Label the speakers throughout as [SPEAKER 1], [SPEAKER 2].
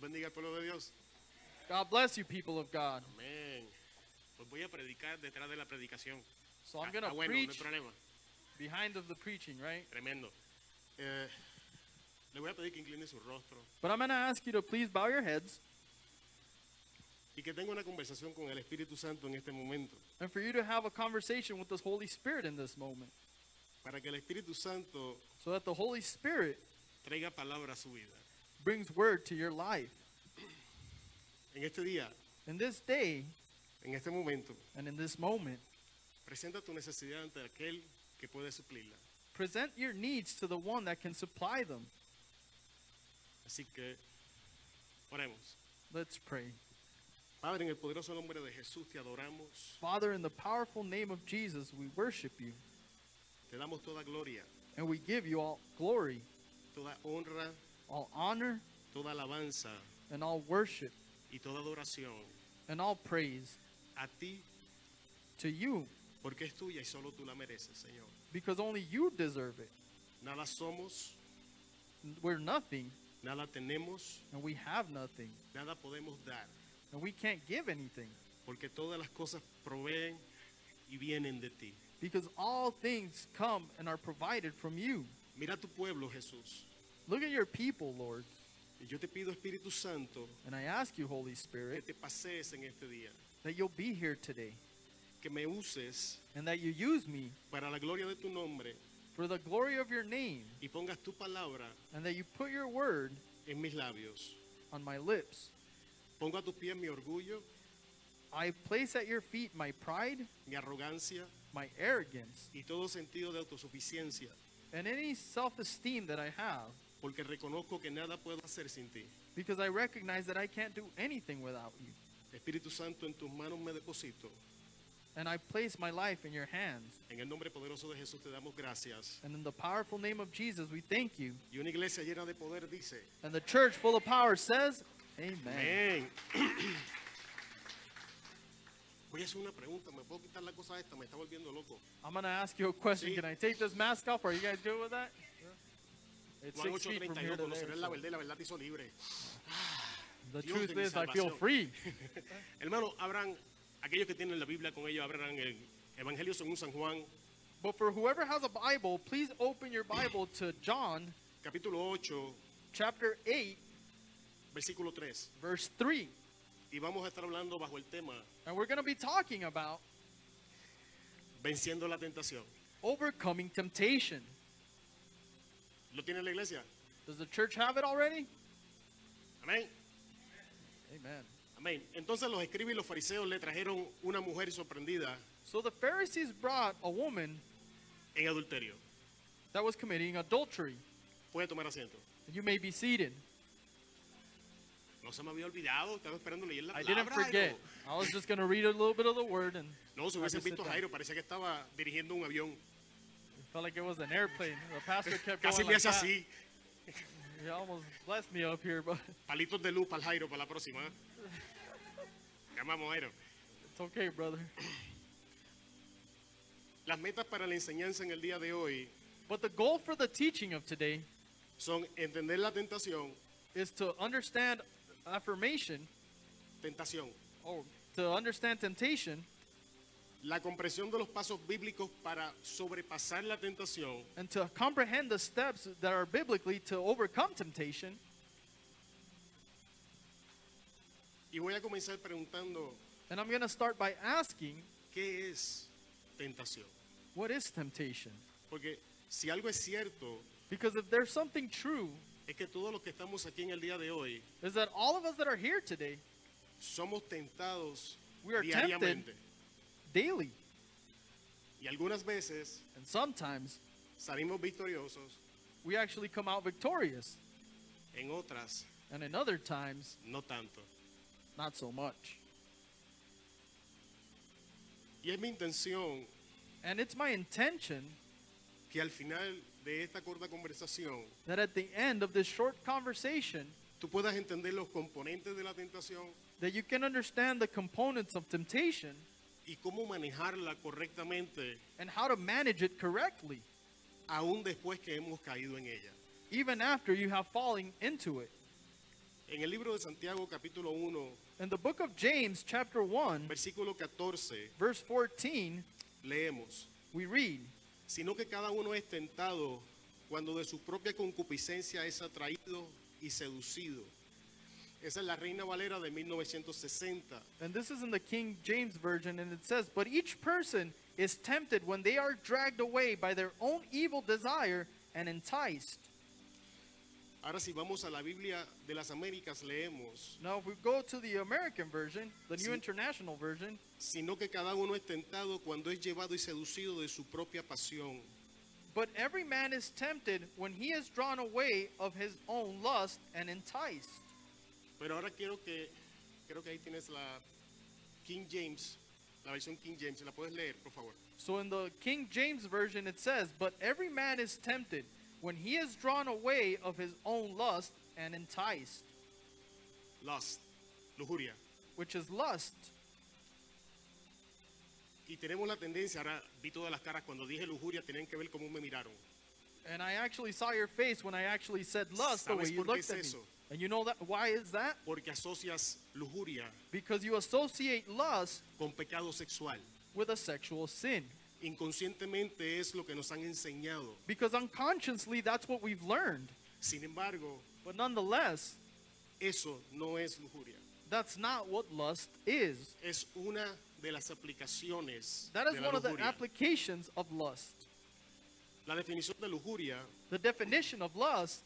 [SPEAKER 1] bendiga el pueblo de Dios.
[SPEAKER 2] God bless you, people of God.
[SPEAKER 1] Amén. Pues voy a predicar detrás de la predicación.
[SPEAKER 2] So I'm
[SPEAKER 1] Ah,
[SPEAKER 2] going to
[SPEAKER 1] ah, bueno, no hay
[SPEAKER 2] preach
[SPEAKER 1] problema.
[SPEAKER 2] behind of the preaching, right?
[SPEAKER 1] Tremendo. Eh, le voy a pedir que incline su rostro
[SPEAKER 2] But I'm going to ask you to please bow your heads
[SPEAKER 1] y que tenga una conversación con el Espíritu Santo en este momento.
[SPEAKER 2] and for you to have a conversation with this Holy Spirit in this moment
[SPEAKER 1] Para que el Espíritu Santo
[SPEAKER 2] so that the Holy Spirit
[SPEAKER 1] traiga palabra a su vida.
[SPEAKER 2] brings word to your life.
[SPEAKER 1] En este día,
[SPEAKER 2] In this day
[SPEAKER 1] en este momento,
[SPEAKER 2] and in this moment,
[SPEAKER 1] presenta tu necesidad ante aquel que puede suplirla.
[SPEAKER 2] present your needs to the one that can supply them.
[SPEAKER 1] Así que oremos.
[SPEAKER 2] Let's pray.
[SPEAKER 1] Padre, en el poderoso nombre de Jesús te adoramos,
[SPEAKER 2] Father, in the powerful name of Jesus, we worship you
[SPEAKER 1] te damos toda gloria,
[SPEAKER 2] and we give you all glory,
[SPEAKER 1] toda honra,
[SPEAKER 2] all honor,
[SPEAKER 1] toda alabanza
[SPEAKER 2] and all worship
[SPEAKER 1] y toda adoración
[SPEAKER 2] and all praise
[SPEAKER 1] a ti,
[SPEAKER 2] to you
[SPEAKER 1] porque es tuya y solo tú la mereces, Señor.
[SPEAKER 2] because only you deserve it.
[SPEAKER 1] Nada somos,
[SPEAKER 2] We're nothing
[SPEAKER 1] nada tenemos,
[SPEAKER 2] and we have nothing
[SPEAKER 1] nada podemos dar,
[SPEAKER 2] and we can't give anything
[SPEAKER 1] porque todas las cosas proveen y vienen de ti.
[SPEAKER 2] because all things come and are provided from you.
[SPEAKER 1] Mira tu pueblo, Jesús.
[SPEAKER 2] Look at your people, Lord,
[SPEAKER 1] Y yo te pido, Espíritu Santo,
[SPEAKER 2] and I ask you, Holy
[SPEAKER 1] que
[SPEAKER 2] Spirit,
[SPEAKER 1] te pasees en este día,
[SPEAKER 2] that you'll be here today
[SPEAKER 1] que me uses
[SPEAKER 2] and that you use me
[SPEAKER 1] para la gloria de tu nombre
[SPEAKER 2] for the glory of your name
[SPEAKER 1] y pongas tu palabra
[SPEAKER 2] and that you put your word
[SPEAKER 1] en mis labios.
[SPEAKER 2] on my lips.
[SPEAKER 1] Pongo a tus pies mi orgullo,
[SPEAKER 2] I place at your feet my pride,
[SPEAKER 1] mi arrogancia
[SPEAKER 2] my arrogance,
[SPEAKER 1] y todo sentido de autosuficiencia,
[SPEAKER 2] and any self esteem that I have,
[SPEAKER 1] porque reconozco que nada puedo hacer sin ti.
[SPEAKER 2] because I recognize that I can't do anything without you.
[SPEAKER 1] Espíritu Santo, en tus manos me deposito.
[SPEAKER 2] And I place my life in your hands.
[SPEAKER 1] En el nombre poderoso de Jesús te damos gracias.
[SPEAKER 2] And in the powerful name of Jesus, we thank you.
[SPEAKER 1] Y una iglesia llena de poder dice,
[SPEAKER 2] And the church full of power says, Amen.
[SPEAKER 1] amén. Voy a hacer una pregunta, ¿me puedo quitar la cosa esta? Me está volviendo loco.
[SPEAKER 2] I'm going to ask you a question.
[SPEAKER 1] Sí.
[SPEAKER 2] Can I take this mask off? Are you guys good with that? It's
[SPEAKER 1] Juan
[SPEAKER 2] six feet from
[SPEAKER 1] 8:32,
[SPEAKER 2] here to there.
[SPEAKER 1] conoceré la
[SPEAKER 2] so-
[SPEAKER 1] verdad y la verdad te hizo libre.
[SPEAKER 2] The
[SPEAKER 1] Dios de
[SPEAKER 2] truth
[SPEAKER 1] mi
[SPEAKER 2] is, I feel
[SPEAKER 1] salvación.
[SPEAKER 2] free.
[SPEAKER 1] Hermano, abran, aquellos que tienen la Biblia con ellos, abran el Evangelio según San Juan,
[SPEAKER 2] But for whoever has a Bible, please open your Bible to John
[SPEAKER 1] capítulo 8,
[SPEAKER 2] chapter 8,
[SPEAKER 1] versículo 3.
[SPEAKER 2] verse 3.
[SPEAKER 1] Y vamos a estar hablando bajo el tema
[SPEAKER 2] And we're going to be talking about
[SPEAKER 1] Venciendo la Tentación.
[SPEAKER 2] overcoming temptation.
[SPEAKER 1] ¿Lo tiene la iglesia?
[SPEAKER 2] Does the church have it already?
[SPEAKER 1] Amén.
[SPEAKER 2] Amen.
[SPEAKER 1] Amén. Entonces los escribas y los fariseos le trajeron una mujer sorprendida
[SPEAKER 2] So the Pharisees brought a woman
[SPEAKER 1] en adulterio.
[SPEAKER 2] that was committing adultery.
[SPEAKER 1] Puede tomar asiento.
[SPEAKER 2] You may be seated.
[SPEAKER 1] No se me había olvidado, estaba esperando leer la
[SPEAKER 2] I
[SPEAKER 1] palabra.
[SPEAKER 2] didn't forget.
[SPEAKER 1] Jairo.
[SPEAKER 2] I was just going to read a little bit of the word and
[SPEAKER 1] No, se hubiese
[SPEAKER 2] I just sit
[SPEAKER 1] visto a
[SPEAKER 2] down.
[SPEAKER 1] Jairo, parecía que estaba dirigiendo un avión.
[SPEAKER 2] felt like it was an airplane. The pastor kept
[SPEAKER 1] Casi
[SPEAKER 2] going
[SPEAKER 1] le
[SPEAKER 2] like
[SPEAKER 1] hace
[SPEAKER 2] that.
[SPEAKER 1] así,
[SPEAKER 2] He almost blessed me up here, but
[SPEAKER 1] palitos de luz para el Jairo, para la próxima. Llamamos Jairo.
[SPEAKER 2] it's okay, brother.
[SPEAKER 1] Las metas para la enseñanza en el día de hoy
[SPEAKER 2] But the goal for the teaching of today
[SPEAKER 1] son entender la tentación,
[SPEAKER 2] is to understand affirmation
[SPEAKER 1] tentación,
[SPEAKER 2] or to understand temptation
[SPEAKER 1] la comprensión de los pasos bíblicos para sobrepasar la tentación
[SPEAKER 2] and to comprehend the steps that are biblically to overcome temptation.
[SPEAKER 1] Y voy a comenzar preguntando,
[SPEAKER 2] And I'm going to start by asking,
[SPEAKER 1] ¿qué es tentación?
[SPEAKER 2] what is temptation?
[SPEAKER 1] Porque si algo es cierto,
[SPEAKER 2] Because if there's something true,
[SPEAKER 1] es que todos los que estamos aquí en el día de hoy
[SPEAKER 2] is that all of us that are here today
[SPEAKER 1] somos tentados
[SPEAKER 2] We are
[SPEAKER 1] diariamente.
[SPEAKER 2] daily
[SPEAKER 1] Y algunas veces
[SPEAKER 2] and sometimes
[SPEAKER 1] salimos victoriosos,
[SPEAKER 2] we actually come out victorious
[SPEAKER 1] en otras
[SPEAKER 2] and in other times
[SPEAKER 1] no tanto.
[SPEAKER 2] not so much.
[SPEAKER 1] Y es mi intención
[SPEAKER 2] And it's my intention
[SPEAKER 1] que al final de esta corta conversación
[SPEAKER 2] that at the end of this short conversation
[SPEAKER 1] tú puedas entender los componentes de la tentación
[SPEAKER 2] that you can understand the components of temptation
[SPEAKER 1] y cómo manejarla correctamente
[SPEAKER 2] and how to manage it correctly
[SPEAKER 1] aún después que hemos caído en ella.
[SPEAKER 2] even after you have fallen into it.
[SPEAKER 1] En el libro de Santiago capítulo 1,
[SPEAKER 2] In the book of James, chapter 1,
[SPEAKER 1] versículo 14,
[SPEAKER 2] verse 14,
[SPEAKER 1] leemos,
[SPEAKER 2] we read,
[SPEAKER 1] sino que cada uno es tentado cuando de su propia concupiscencia es atraído y seducido. Esa es la Reina Valera de 1960.
[SPEAKER 2] and this is in the King James Version, and it says, But each person is tempted when they are dragged away by their own evil desire and enticed.
[SPEAKER 1] Ahora si vamos a la Biblia de las Américas leemos,
[SPEAKER 2] Now, if we go to the American version, the New
[SPEAKER 1] Sí.
[SPEAKER 2] International Version,
[SPEAKER 1] sino que cada uno es tentado cuando es llevado y seducido de su propia pasión.
[SPEAKER 2] but every man is tempted when he is drawn away of his own lust and enticed.
[SPEAKER 1] Pero ahora quiero que, creo que ahí tienes la King James, la versión King James, ¿la puedes leer, por favor?
[SPEAKER 2] So in the King James Version, it says, But every man is tempted when he is drawn away of his own lust and enticed,
[SPEAKER 1] Lust, lujuria.
[SPEAKER 2] which is lust.
[SPEAKER 1] Y tenemos la tendencia, ahora vi todas las caras, cuando dije lujuria tenían que ver cómo me miraron.
[SPEAKER 2] And I actually saw your face when I actually said lust the
[SPEAKER 1] ¿Sabes
[SPEAKER 2] way
[SPEAKER 1] por
[SPEAKER 2] you
[SPEAKER 1] qué
[SPEAKER 2] looked
[SPEAKER 1] es
[SPEAKER 2] at me.
[SPEAKER 1] eso?
[SPEAKER 2] And you know that why is that?
[SPEAKER 1] Porque asocias lujuria
[SPEAKER 2] Because you associate lust
[SPEAKER 1] con pecado sexual.
[SPEAKER 2] with a sexual sin.
[SPEAKER 1] Inconscientemente es lo que nos han enseñado.
[SPEAKER 2] Because unconsciously, that's what we've learned.
[SPEAKER 1] Sin embargo,
[SPEAKER 2] But nonetheless,
[SPEAKER 1] eso no es lujuria.
[SPEAKER 2] that's not what lust is.
[SPEAKER 1] Es una de las aplicaciones
[SPEAKER 2] That is
[SPEAKER 1] de la
[SPEAKER 2] one of the
[SPEAKER 1] lujuria.
[SPEAKER 2] applications of lust.
[SPEAKER 1] la definición de lujuria
[SPEAKER 2] The definition of lust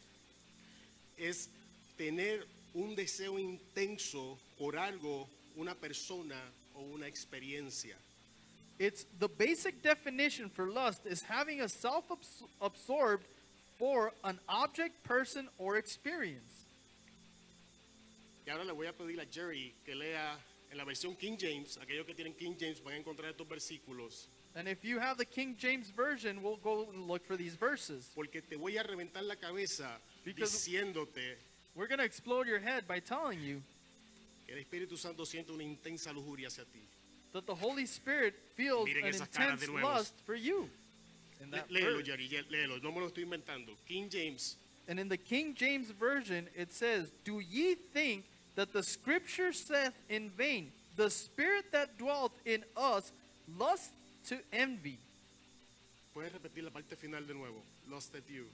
[SPEAKER 1] es tener un deseo intenso por algo, una persona o una experiencia.
[SPEAKER 2] It's the basic definition for lust is having a self-absorbed for an object, person, or experience.
[SPEAKER 1] Y ahora le voy a pedir a Jerry que lea en la versión King James, aquellos que tienen King James van a encontrar estos versículos,
[SPEAKER 2] And if you have the King James version, we'll go and look for these verses.
[SPEAKER 1] porque te voy a reventar la cabeza
[SPEAKER 2] Because-
[SPEAKER 1] diciéndote
[SPEAKER 2] We're gonna explode your head by telling you
[SPEAKER 1] que el Espíritu Santo siente una intensa lujuria hacia ti.
[SPEAKER 2] that the Holy Spirit feels
[SPEAKER 1] Miren
[SPEAKER 2] an
[SPEAKER 1] esas caras de
[SPEAKER 2] intense
[SPEAKER 1] nuevos.
[SPEAKER 2] lust for you. In
[SPEAKER 1] Le-
[SPEAKER 2] that
[SPEAKER 1] léelo,
[SPEAKER 2] verse.
[SPEAKER 1] Jerry, ye- léelo, no me lo estoy inventando. King James,
[SPEAKER 2] And in the King James Version, it says, Do ye think that the scripture saith in vain, the spirit that dwelt in us lust to envy?
[SPEAKER 1] puedes repetir la parte final de nuevo. Lost at you.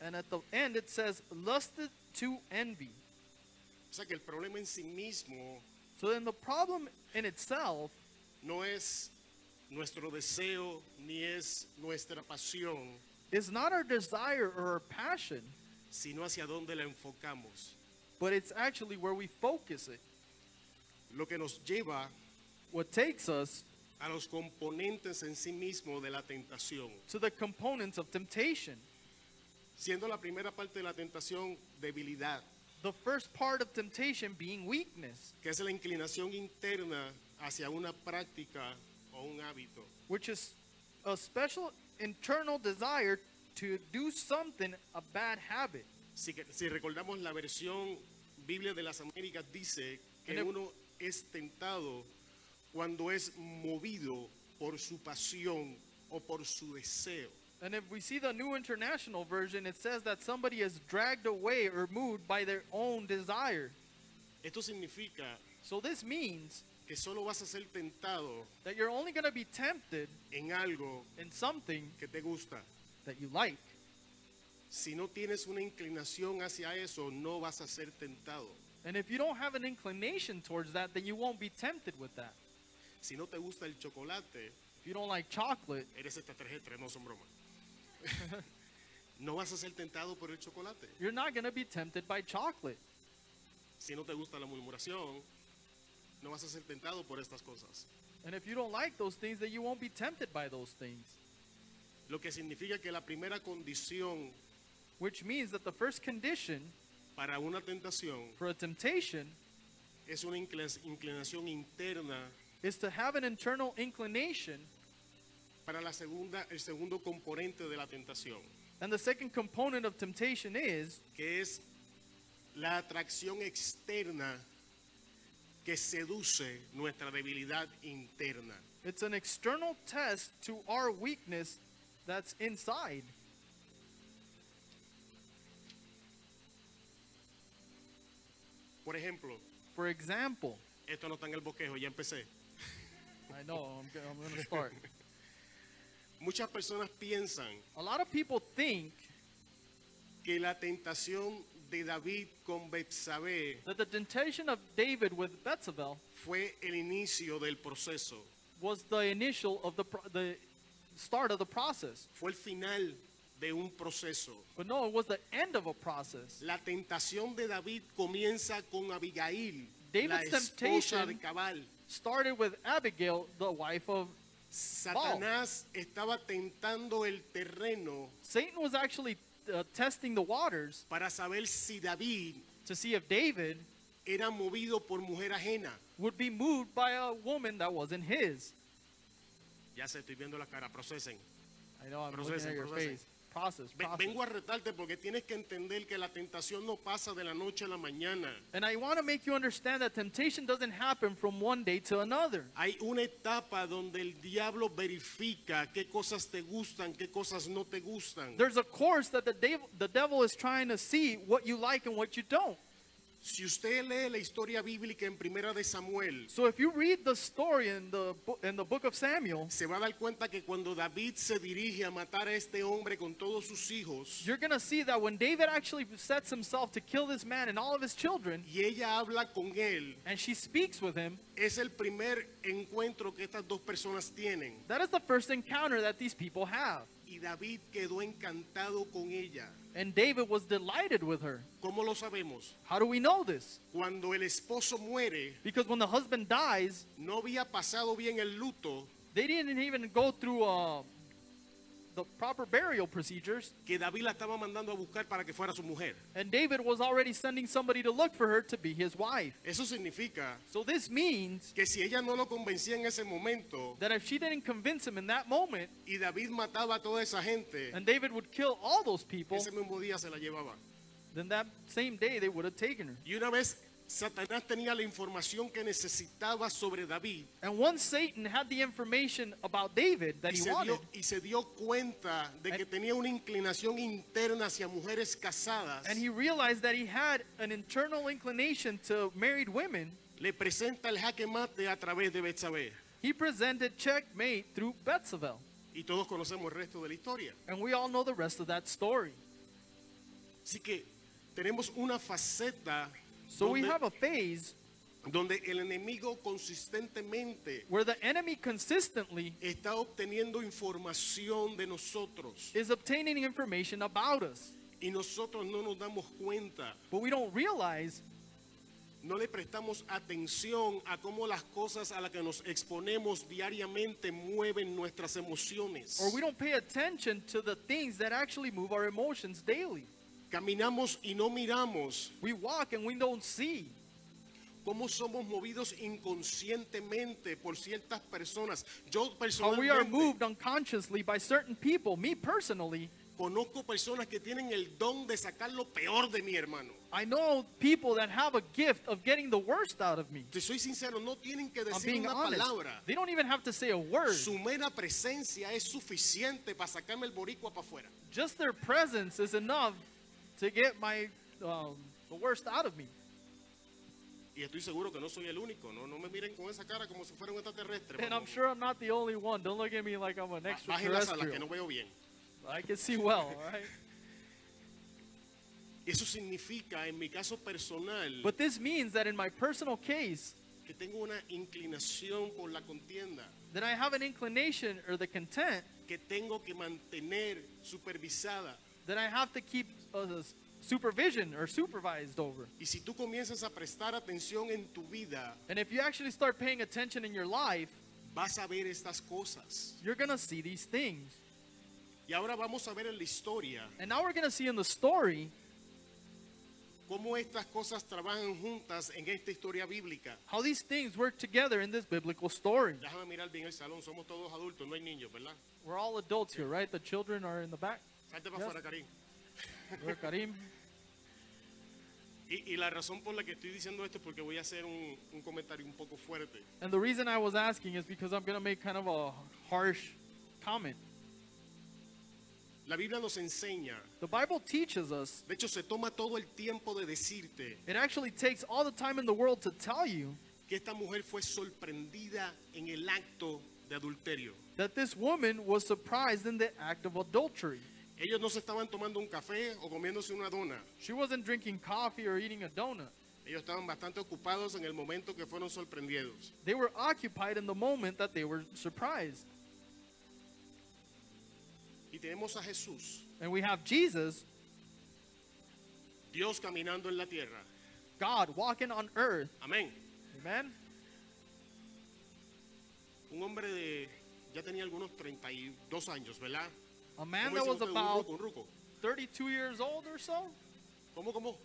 [SPEAKER 2] And at the end, it says, Lusted to envy.
[SPEAKER 1] O sea que el problema en sí mismo
[SPEAKER 2] So then the problem in itself
[SPEAKER 1] no es nuestro deseo ni es nuestra pasión,
[SPEAKER 2] is not our desire or our passion,
[SPEAKER 1] sino hacia dónde la enfocamos.
[SPEAKER 2] but it's actually where we focus it.
[SPEAKER 1] Lo que nos lleva
[SPEAKER 2] What takes us
[SPEAKER 1] a los componentes en sí mismo de la tentación,
[SPEAKER 2] to the components of temptation.
[SPEAKER 1] siendo la primera parte de la tentación debilidad,
[SPEAKER 2] The first part of temptation being weakness,
[SPEAKER 1] que es la inclinación interna hacia una práctica o un hábito.
[SPEAKER 2] which is a special internal desire to do something, a bad habit.
[SPEAKER 1] Si, que- si recordamos la versión Biblia de las Américas dice que
[SPEAKER 2] En el-
[SPEAKER 1] uno es tentado cuando es movido por su pasión o por su deseo.
[SPEAKER 2] And if we see the New International Version, it says that somebody is dragged away or moved by their own desire.
[SPEAKER 1] Esto significa
[SPEAKER 2] So this means
[SPEAKER 1] que solo vas a ser tentado
[SPEAKER 2] that you're only going to be tempted
[SPEAKER 1] en algo
[SPEAKER 2] in something
[SPEAKER 1] que te gusta.
[SPEAKER 2] that you like.
[SPEAKER 1] Si no tienes una inclinación hacia eso, no vas a ser tentado.
[SPEAKER 2] And if you don't have an inclination towards that, then you won't be tempted with that.
[SPEAKER 1] Si no te gusta el chocolate,
[SPEAKER 2] If you don't like chocolate,
[SPEAKER 1] eres extraterrestre, no son bromas. no vas a ser tentado por el chocolate.
[SPEAKER 2] you're not going to be tempted by chocolate.
[SPEAKER 1] Si no te gusta la murmuración, no vas a ser tentado por estas cosas.
[SPEAKER 2] And if you don't like those things, then you won't be tempted by those things.
[SPEAKER 1] Lo que significa que la primera condición
[SPEAKER 2] Which means that the first condition
[SPEAKER 1] para una tentación
[SPEAKER 2] for a temptation
[SPEAKER 1] es una inclin- inclinación interna.
[SPEAKER 2] is to have an internal inclination.
[SPEAKER 1] Para la segunda, el segundo componente de la tentación,
[SPEAKER 2] And the second component of temptation is
[SPEAKER 1] que es la atracción externa que seduce nuestra debilidad interna.
[SPEAKER 2] it's an external test to our weakness that's inside.
[SPEAKER 1] Por ejemplo,
[SPEAKER 2] For example,
[SPEAKER 1] esto no está en el bosquejo, ya empecé.
[SPEAKER 2] I know, I'm, go- I'm going to start.
[SPEAKER 1] Muchas personas piensan
[SPEAKER 2] A lot of people think
[SPEAKER 1] que la tentación de David con Betsabé
[SPEAKER 2] that the temptation of David with Betsabel
[SPEAKER 1] fue el inicio del proceso,
[SPEAKER 2] was the initial of the, pro- the start of the process.
[SPEAKER 1] fue el final de un proceso.
[SPEAKER 2] But no, it was the end of a process.
[SPEAKER 1] La tentación de David comienza con Abigail, la
[SPEAKER 2] David's
[SPEAKER 1] esposa de
[SPEAKER 2] temptation-
[SPEAKER 1] Cabal.
[SPEAKER 2] Started with Abigail, the wife of
[SPEAKER 1] Satanás estaba tentando el terreno
[SPEAKER 2] Satan, was actually uh, testing the waters
[SPEAKER 1] para saber si David
[SPEAKER 2] to see if David
[SPEAKER 1] era movido por mujer ajena.
[SPEAKER 2] would be moved by a woman that wasn't his.
[SPEAKER 1] Ya se estoy viendo la cara, procesen.
[SPEAKER 2] I know I'm
[SPEAKER 1] Processing,
[SPEAKER 2] looking at your
[SPEAKER 1] processing.
[SPEAKER 2] face. Process,
[SPEAKER 1] Ve-
[SPEAKER 2] process.
[SPEAKER 1] Vengo a retarte porque tienes que entender que la tentación no pasa de la noche a la mañana.
[SPEAKER 2] And I want to make you understand that temptation doesn't happen from one day to another.
[SPEAKER 1] Hay una etapa donde el diablo verifica qué cosas te gustan, qué cosas no te gustan.
[SPEAKER 2] There's a course that the devil, the devil is trying to see what you like and what you don't.
[SPEAKER 1] Si usted lee la historia bíblica en Primera de Samuel,
[SPEAKER 2] So if you read the story in the bo- in the book of Samuel,
[SPEAKER 1] se va a dar cuenta que cuando David se dirige a matar a este hombre con todos sus hijos,
[SPEAKER 2] you're gonna see that when David actually sets himself to kill this man and all of his children,
[SPEAKER 1] y ella habla con él,
[SPEAKER 2] and she speaks with him,
[SPEAKER 1] es el primer encuentro que estas dos personas tienen.
[SPEAKER 2] that is the first encounter that these people have.
[SPEAKER 1] Y David quedó encantado con ella.
[SPEAKER 2] And David was delighted with her.
[SPEAKER 1] ¿Cómo lo sabemos?
[SPEAKER 2] How do we know this?
[SPEAKER 1] Cuando el esposo muere,
[SPEAKER 2] Because when the husband dies,
[SPEAKER 1] no había pasado bien el luto
[SPEAKER 2] they didn't even go through uh, the proper burial procedures,
[SPEAKER 1] que David la estaba mandando a buscar para que fuera su mujer.
[SPEAKER 2] and David was already sending somebody to look for her to be his wife.
[SPEAKER 1] Eso significa
[SPEAKER 2] So this means
[SPEAKER 1] que si ella no lo convencía en ese momento
[SPEAKER 2] that if she didn't convince him in that moment,
[SPEAKER 1] y David mataba a toda esa gente,
[SPEAKER 2] and David would kill all those people,
[SPEAKER 1] ese mismo día se la llevaba.
[SPEAKER 2] then that same day they would have taken her.
[SPEAKER 1] Y una vez Satanás tenía la información que necesitaba sobre David
[SPEAKER 2] And once Satan had the information about David that
[SPEAKER 1] y
[SPEAKER 2] he
[SPEAKER 1] se,
[SPEAKER 2] wanted,
[SPEAKER 1] dio, y se dio cuenta de que tenía una inclinación interna hacia mujeres casadas,
[SPEAKER 2] and he realized that he had an internal inclination to married women,
[SPEAKER 1] le presenta el jaque mate a través de Betsabé.
[SPEAKER 2] he presented checkmate through Betsavel.
[SPEAKER 1] Y todos conocemos el resto de la historia.
[SPEAKER 2] And we all know the rest of that story.
[SPEAKER 1] Así que tenemos una faceta
[SPEAKER 2] So we
[SPEAKER 1] donde-
[SPEAKER 2] have a phase
[SPEAKER 1] donde el enemigo consistentemente
[SPEAKER 2] where the enemy consistently
[SPEAKER 1] está obteniendo información de nosotros
[SPEAKER 2] is obtaining information about us,
[SPEAKER 1] y nosotros no nos damos cuenta,
[SPEAKER 2] but we don't realize
[SPEAKER 1] no le prestamos atención a cómo las cosas a las que nos exponemos diariamente mueven nuestras emociones.
[SPEAKER 2] or we don't pay attention to the things that actually move our emotions daily.
[SPEAKER 1] Caminamos y no miramos
[SPEAKER 2] We walk and we don't see.
[SPEAKER 1] cómo somos movidos inconscientemente por ciertas personas. Yo
[SPEAKER 2] How we are
[SPEAKER 1] personalmente
[SPEAKER 2] moved unconsciously by certain people. Me personally,
[SPEAKER 1] conozco personas que tienen el don de sacar lo peor de mi hermano.
[SPEAKER 2] I know people that have a gift of getting the worst out of me.
[SPEAKER 1] Te soy sincero, no tienen que
[SPEAKER 2] I'm
[SPEAKER 1] decir
[SPEAKER 2] being
[SPEAKER 1] una
[SPEAKER 2] honest.
[SPEAKER 1] palabra.
[SPEAKER 2] They don't even have to say a word.
[SPEAKER 1] Su mera presencia es suficiente para sacarme el boricua para afuera.
[SPEAKER 2] Just their presence is enough to get my um, the worst out of me.
[SPEAKER 1] Y estoy seguro que no soy el único. No, no me miren con esa cara como si fuera un extraterrestre.
[SPEAKER 2] And I'm
[SPEAKER 1] vamos.
[SPEAKER 2] sure I'm not the only one. Don't look at me like I'm an
[SPEAKER 1] Ba- Bajen las alas que no
[SPEAKER 2] extraterrestrial.
[SPEAKER 1] veo bien.
[SPEAKER 2] I can see well, all right?
[SPEAKER 1] Eso significa, en mi caso personal,
[SPEAKER 2] But this means that in my personal case,
[SPEAKER 1] que tengo una inclinación por la contienda,
[SPEAKER 2] that I have an inclination or the content
[SPEAKER 1] que tengo que mantener supervisada.
[SPEAKER 2] that I have to keep uh, supervision or supervised over.
[SPEAKER 1] Y si tú comienzas a prestar atención en tu vida,
[SPEAKER 2] And if you actually start paying attention in your life,
[SPEAKER 1] vas a ver estas cosas.
[SPEAKER 2] you're going to see these things.
[SPEAKER 1] Y ahora vamos a ver en la historia
[SPEAKER 2] And now we're going to see in the story
[SPEAKER 1] cómo estas cosas trabajan juntas en esta historia bíblica.
[SPEAKER 2] how these things work together in this biblical story.
[SPEAKER 1] Déjame mirar bien el salón, somos todos adultos, no hay niños, ¿verdad?
[SPEAKER 2] We're all adults here, right? The children are in the back.
[SPEAKER 1] Salte para
[SPEAKER 2] Yes.
[SPEAKER 1] afuera, Karim.
[SPEAKER 2] We're Karim.
[SPEAKER 1] Y, y la razón por la que estoy diciendo esto es porque voy a hacer un, un comentario un poco fuerte.
[SPEAKER 2] And the reason I was asking is because I'm going to make kind of a harsh comment.
[SPEAKER 1] La Biblia nos enseña,
[SPEAKER 2] The Bible teaches us,
[SPEAKER 1] de hecho se toma todo el tiempo de decirte
[SPEAKER 2] it actually takes all the time in the world to tell you
[SPEAKER 1] que esta mujer fue sorprendida en el acto de adulterio.
[SPEAKER 2] that this woman was surprised in the act of adultery.
[SPEAKER 1] Ellos no se estaban tomando un café o comiéndose una dona.
[SPEAKER 2] She wasn't drinking coffee or eating a donut.
[SPEAKER 1] Ellos estaban bastante ocupados en el momento que fueron sorprendidos.
[SPEAKER 2] They were occupied in the moment that they were surprised.
[SPEAKER 1] Y tenemos a Jesús,
[SPEAKER 2] And we have Jesus,
[SPEAKER 1] Dios caminando en la tierra.
[SPEAKER 2] God, walking on earth.
[SPEAKER 1] Amén.
[SPEAKER 2] Amen?
[SPEAKER 1] Un hombre de, ya tenía algunos 32 años, ¿verdad?
[SPEAKER 2] A man
[SPEAKER 1] ¿Cómo
[SPEAKER 2] that
[SPEAKER 1] dicen
[SPEAKER 2] was
[SPEAKER 1] ustedes?
[SPEAKER 2] about
[SPEAKER 1] un ruco, un ruco.
[SPEAKER 2] 32 years old or so.
[SPEAKER 1] ¿Cómo, cómo?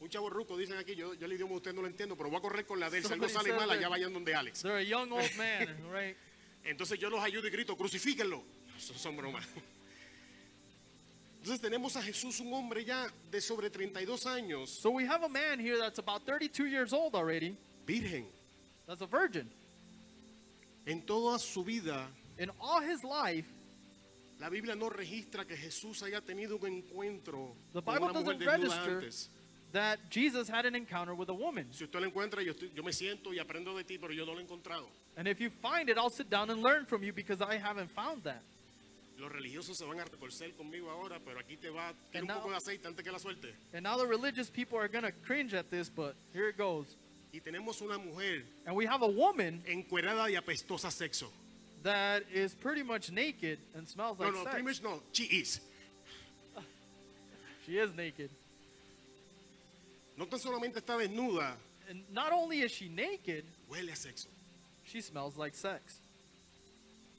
[SPEAKER 1] Un chavo ruco, dicen aquí, yo, yo el idioma de usted no lo entiendo, pero voy a correr con la de él. Si algo
[SPEAKER 2] Somebody
[SPEAKER 1] sale mal,
[SPEAKER 2] said that-
[SPEAKER 1] allá vayan donde Alex.
[SPEAKER 2] They're a young old man, right?
[SPEAKER 1] Entonces yo los ayudo y grito, crucifíquenlo. Son, son bromas. Entonces tenemos a Jesús, un hombre ya de sobre 32 años,
[SPEAKER 2] So we have a man here that's about 32 years old already.
[SPEAKER 1] virgen.
[SPEAKER 2] That's a virgin.
[SPEAKER 1] En toda su vida,
[SPEAKER 2] In all his life,
[SPEAKER 1] la Biblia no registra que Jesús haya tenido un encuentro
[SPEAKER 2] The
[SPEAKER 1] con
[SPEAKER 2] Bible
[SPEAKER 1] una mujer
[SPEAKER 2] doesn't
[SPEAKER 1] desnuda
[SPEAKER 2] register.
[SPEAKER 1] antes.
[SPEAKER 2] that Jesus had an encounter with a woman.
[SPEAKER 1] Si usted lo encuentra, yo, estoy- yo me siento y aprendo de ti, pero yo no lo he encontrado.
[SPEAKER 2] And if you find it, I'll sit down and learn from you because I haven't found that.
[SPEAKER 1] Los religiosos se van a retorcer conmigo ahora, pero aquí te va, tiene
[SPEAKER 2] And
[SPEAKER 1] un poco de
[SPEAKER 2] now-
[SPEAKER 1] aceite antes que la suerte.
[SPEAKER 2] And now the religious people are going to cringe at this, but here it goes.
[SPEAKER 1] Y tenemos una mujer
[SPEAKER 2] And we have a woman
[SPEAKER 1] encuerada y apestosa a sexo.
[SPEAKER 2] that is pretty much naked and smells like
[SPEAKER 1] no, no,
[SPEAKER 2] sex.
[SPEAKER 1] pretty much no, she is.
[SPEAKER 2] She is naked.
[SPEAKER 1] No tan solamente está desnuda,
[SPEAKER 2] And not only is she naked,
[SPEAKER 1] huele a sexo.
[SPEAKER 2] she smells like sex.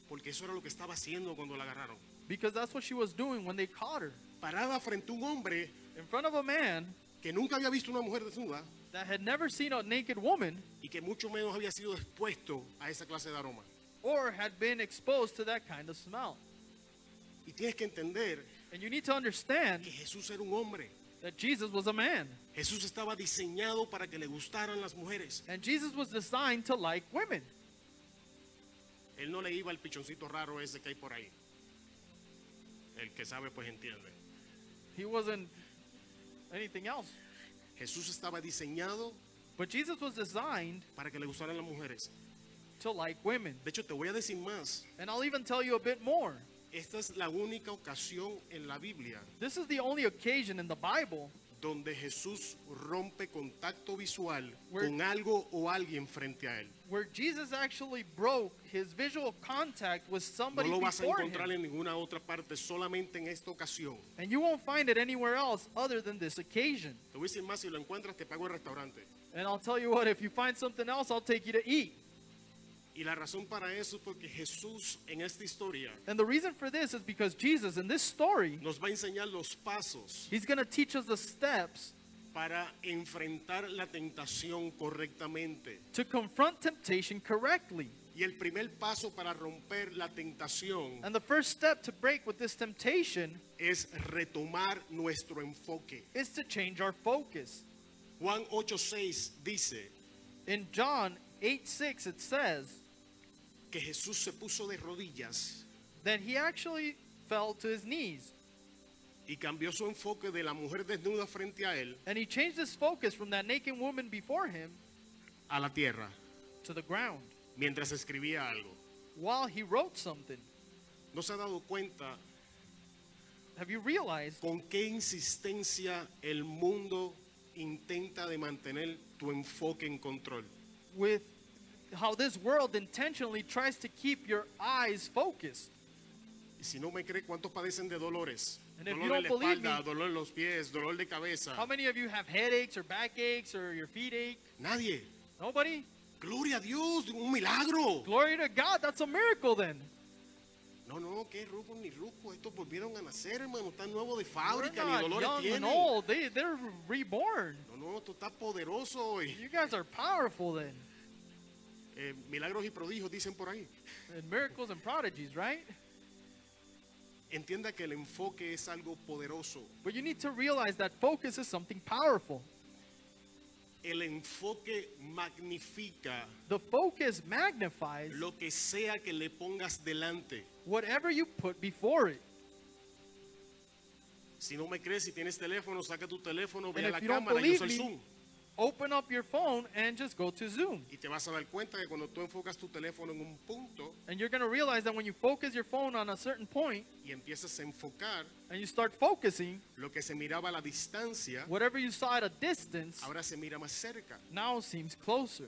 [SPEAKER 1] Porque eso era lo que estaba haciendo cuando la agarraron.
[SPEAKER 2] Because that's what she was doing when they caught her.
[SPEAKER 1] Parada frente a un hombre
[SPEAKER 2] In front of a man
[SPEAKER 1] que nunca había visto una mujer desnuda
[SPEAKER 2] that had never seen a naked woman
[SPEAKER 1] y que mucho menos había sido expuesto a esa clase de aroma.
[SPEAKER 2] or had been exposed to that kind of smell.
[SPEAKER 1] Y tienes que entender
[SPEAKER 2] And you need to understand
[SPEAKER 1] que Jesús era un hombre.
[SPEAKER 2] that Jesus was a man.
[SPEAKER 1] Jesús estaba diseñado para que le gustaran las mujeres.
[SPEAKER 2] And Jesus was designed to like women.
[SPEAKER 1] Él no le iba al pichoncito raro ese que hay por ahí. El que sabe pues entiende.
[SPEAKER 2] He wasn't anything else.
[SPEAKER 1] Jesús estaba diseñado
[SPEAKER 2] But Jesus was designed
[SPEAKER 1] para que le gustaran las mujeres.
[SPEAKER 2] to like women.
[SPEAKER 1] De hecho, te voy a decir más.
[SPEAKER 2] And I'll even tell you a bit more.
[SPEAKER 1] Esta es la única ocasión en la Biblia
[SPEAKER 2] This is the only occasion in the Bible
[SPEAKER 1] donde Jesús rompe contacto visual
[SPEAKER 2] Where-
[SPEAKER 1] con algo o alguien frente a él.
[SPEAKER 2] where Jesus actually broke his visual contact with
[SPEAKER 1] No
[SPEAKER 2] somebody
[SPEAKER 1] lo vas a
[SPEAKER 2] before
[SPEAKER 1] encontrar
[SPEAKER 2] him.
[SPEAKER 1] en ninguna otra parte, solamente en esta ocasión.
[SPEAKER 2] And you won't find it anywhere else other than this occasion.
[SPEAKER 1] Te voy a decir más, si lo encuentras te pago el restaurante.
[SPEAKER 2] And I'll tell you what, if you find something else, I'll take you to eat.
[SPEAKER 1] Y la razón para eso es porque Jesús en esta historia
[SPEAKER 2] And the reason for this is because Jesus, in this story,
[SPEAKER 1] nos va a enseñar los pasos
[SPEAKER 2] he's going to teach us the steps
[SPEAKER 1] para enfrentar la tentación correctamente.
[SPEAKER 2] to confront temptation correctly.
[SPEAKER 1] Y el primer paso para romper la tentación
[SPEAKER 2] And the first step to break with this temptation
[SPEAKER 1] es retomar nuestro enfoque.
[SPEAKER 2] is to change our focus.
[SPEAKER 1] Juan 8:6 dice
[SPEAKER 2] In John 8 6, it says
[SPEAKER 1] que Jesús se puso de rodillas
[SPEAKER 2] that he actually fell to his knees
[SPEAKER 1] y cambió su enfoque de la mujer desnuda frente a él
[SPEAKER 2] and he changed his focus from that naked woman before him
[SPEAKER 1] a la tierra
[SPEAKER 2] to the ground
[SPEAKER 1] mientras escribía algo.
[SPEAKER 2] while he wrote something.
[SPEAKER 1] ¿No se ha dado cuenta
[SPEAKER 2] Have you realized
[SPEAKER 1] con qué insistencia el mundo intenta de mantener tu enfoque en control?
[SPEAKER 2] with how this world intentionally tries to keep your eyes focused?
[SPEAKER 1] Y si no me cree, ¿cuántos padecen de dolores?
[SPEAKER 2] And if
[SPEAKER 1] dolor en
[SPEAKER 2] you
[SPEAKER 1] la
[SPEAKER 2] don't believe
[SPEAKER 1] espalda,
[SPEAKER 2] me-
[SPEAKER 1] dolor en los pies, dolor de
[SPEAKER 2] How
[SPEAKER 1] cabeza.
[SPEAKER 2] many of you have headaches or backaches or your feet ache?
[SPEAKER 1] Nadie.
[SPEAKER 2] Nobody?
[SPEAKER 1] Gloria a Dios, un milagro.
[SPEAKER 2] Glory to God, that's a miracle then.
[SPEAKER 1] No, no, qué ruco ni ruco. Estos volvieron a nacer, hermano. Están nuevos de
[SPEAKER 2] We're
[SPEAKER 1] fábrica, ni
[SPEAKER 2] not
[SPEAKER 1] dolores
[SPEAKER 2] young
[SPEAKER 1] tienen.
[SPEAKER 2] and
[SPEAKER 1] No,
[SPEAKER 2] old. They, they're reborn.
[SPEAKER 1] no, tú estás poderoso hoy.
[SPEAKER 2] You guys are powerful then.
[SPEAKER 1] Eh, milagros y prodigios dicen por ahí.
[SPEAKER 2] And miracles and prodigies, right?
[SPEAKER 1] Entienda que el enfoque es algo poderoso.
[SPEAKER 2] But you need to realize that focus is something powerful.
[SPEAKER 1] El enfoque magnifica
[SPEAKER 2] The focus magnifies
[SPEAKER 1] lo que sea que le pongas delante.
[SPEAKER 2] whatever you put before it.
[SPEAKER 1] Si no me crees, si tienes teléfono, saca tu teléfono, ve
[SPEAKER 2] And
[SPEAKER 1] a la
[SPEAKER 2] if you don't
[SPEAKER 1] cámara y
[SPEAKER 2] believe
[SPEAKER 1] usa el
[SPEAKER 2] me,
[SPEAKER 1] Zoom.
[SPEAKER 2] open up your phone and just go to Zoom.
[SPEAKER 1] Y te vas a dar cuenta que cuando tú enfocas tu teléfono en un punto
[SPEAKER 2] And you're going to realize that when you focus your phone on a certain point
[SPEAKER 1] y empiezas a enfocar
[SPEAKER 2] and you start focusing,
[SPEAKER 1] lo que se miraba a la distancia,
[SPEAKER 2] whatever you saw at a distance
[SPEAKER 1] ahora se mira más cerca.
[SPEAKER 2] now seems closer.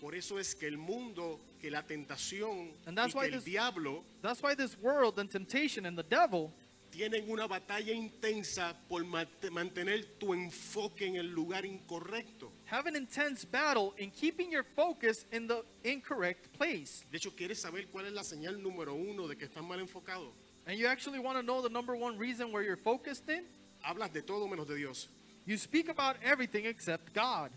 [SPEAKER 1] Por eso es que el mundo, que la tentación
[SPEAKER 2] And that's
[SPEAKER 1] y que
[SPEAKER 2] why
[SPEAKER 1] el
[SPEAKER 2] this-
[SPEAKER 1] diablo
[SPEAKER 2] That's why this world and temptation and the devil,
[SPEAKER 1] tienen una batalla intensa por mate- mantener tu enfoque en el lugar incorrecto.
[SPEAKER 2] have an intense battle in keeping your focus in the incorrect place.
[SPEAKER 1] De hecho, ¿quieres saber cuál es la señal número uno de que estás mal enfocado?
[SPEAKER 2] And you actually want to know the number one reason where you're focused in?
[SPEAKER 1] Hablas de todo menos de Dios.
[SPEAKER 2] You speak about everything except God.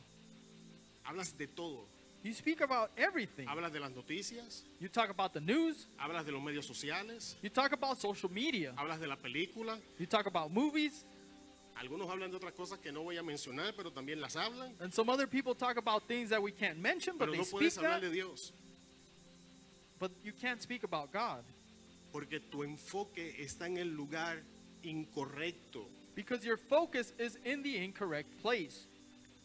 [SPEAKER 1] Hablas de todo.
[SPEAKER 2] You speak about everything.
[SPEAKER 1] Hablas de las noticias,
[SPEAKER 2] You talk about the news,
[SPEAKER 1] hablas de los medios sociales,
[SPEAKER 2] you talk about social media,
[SPEAKER 1] hablas de la película.
[SPEAKER 2] you talk about movies,
[SPEAKER 1] Algunos hablan de otras cosas que no voy a mencionar, pero también las hablan.
[SPEAKER 2] and some other people talk about things that we can't mention, but
[SPEAKER 1] Pero
[SPEAKER 2] they
[SPEAKER 1] no
[SPEAKER 2] speak
[SPEAKER 1] puedes hablar
[SPEAKER 2] that,
[SPEAKER 1] de Dios,
[SPEAKER 2] but you can't speak about God
[SPEAKER 1] porque tu enfoque está en el lugar incorrecto.
[SPEAKER 2] because your focus is in the incorrect place.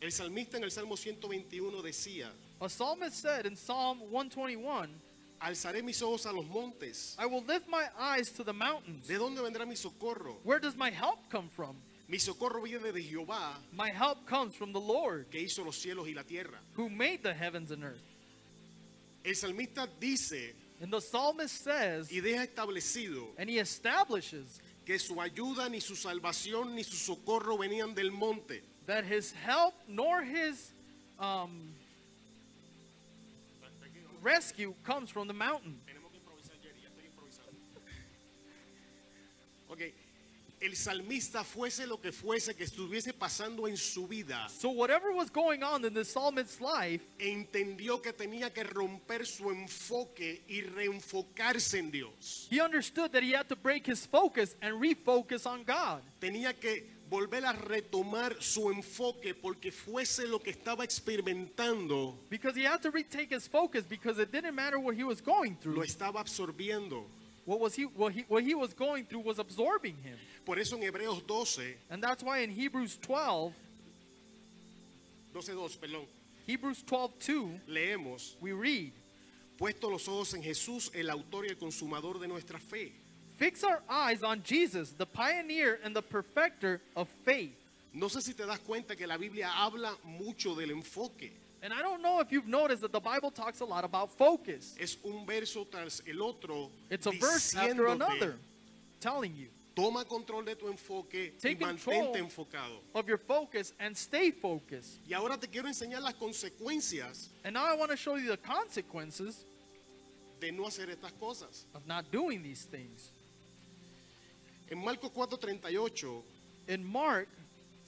[SPEAKER 1] El salmista en el Salmo 121 decía,
[SPEAKER 2] A psalmist said in Psalm 121,
[SPEAKER 1] alzaré mis ojos a los montes.
[SPEAKER 2] I will lift my eyes to the mountains.
[SPEAKER 1] ¿De dónde vendrá mi socorro?
[SPEAKER 2] Where does my help come from?
[SPEAKER 1] Mi socorro viene de Jehová,
[SPEAKER 2] My help comes from the Lord
[SPEAKER 1] que hizo los cielos y la tierra.
[SPEAKER 2] who made the heavens and earth.
[SPEAKER 1] El salmista dice
[SPEAKER 2] And the psalmist says,
[SPEAKER 1] y deja establecido
[SPEAKER 2] and he establishes
[SPEAKER 1] que su ayuda, ni su salvación, ni su socorro venían del monte.
[SPEAKER 2] that his help nor his um, rescue comes from the mountain.
[SPEAKER 1] Tenemos que improvisar, Jerry, ya estoy improvisando. Ok, el salmista fuese lo que fuese que estuviese pasando en su vida,
[SPEAKER 2] So, whatever was going on in the psalmist's life,
[SPEAKER 1] entendió que tenía que romper su enfoque y reenfocarse en Dios.
[SPEAKER 2] he understood that he had to break his focus and refocus on God.
[SPEAKER 1] Tenía que volver a retomar su enfoque porque fuese lo que estaba experimentando,
[SPEAKER 2] Because he had to retake his focus because it didn't matter what he was going
[SPEAKER 1] lo
[SPEAKER 2] through.
[SPEAKER 1] estaba absorbiendo.
[SPEAKER 2] What was he what he what he was going through was absorbing him.
[SPEAKER 1] Por eso en Hebreos 12,
[SPEAKER 2] And that's why in Hebrews 12,
[SPEAKER 1] 12.2, perdón,
[SPEAKER 2] Hebrews 12:2,
[SPEAKER 1] leemos,
[SPEAKER 2] we read,
[SPEAKER 1] puesto los ojos en Jesús, el autor y el consumador de nuestra fe.
[SPEAKER 2] "Fix our eyes on Jesus, the pioneer and the perfecter of faith."
[SPEAKER 1] No sé si te das cuenta que la Biblia habla mucho del enfoque.
[SPEAKER 2] And I don't know if you've noticed that the Bible talks a lot about focus.
[SPEAKER 1] Es un verso tras el otro
[SPEAKER 2] It's a verse after
[SPEAKER 1] diciéndote,
[SPEAKER 2] another telling you
[SPEAKER 1] Toma control de tu enfoque y
[SPEAKER 2] Take control.
[SPEAKER 1] mantente enfocado.
[SPEAKER 2] of your focus and stay focused.
[SPEAKER 1] Y ahora te quiero enseñar las consecuencias
[SPEAKER 2] And now I want to show you the consequences
[SPEAKER 1] de no hacer estas cosas.
[SPEAKER 2] of not doing these things.
[SPEAKER 1] En Marcos 4:38
[SPEAKER 2] In Mark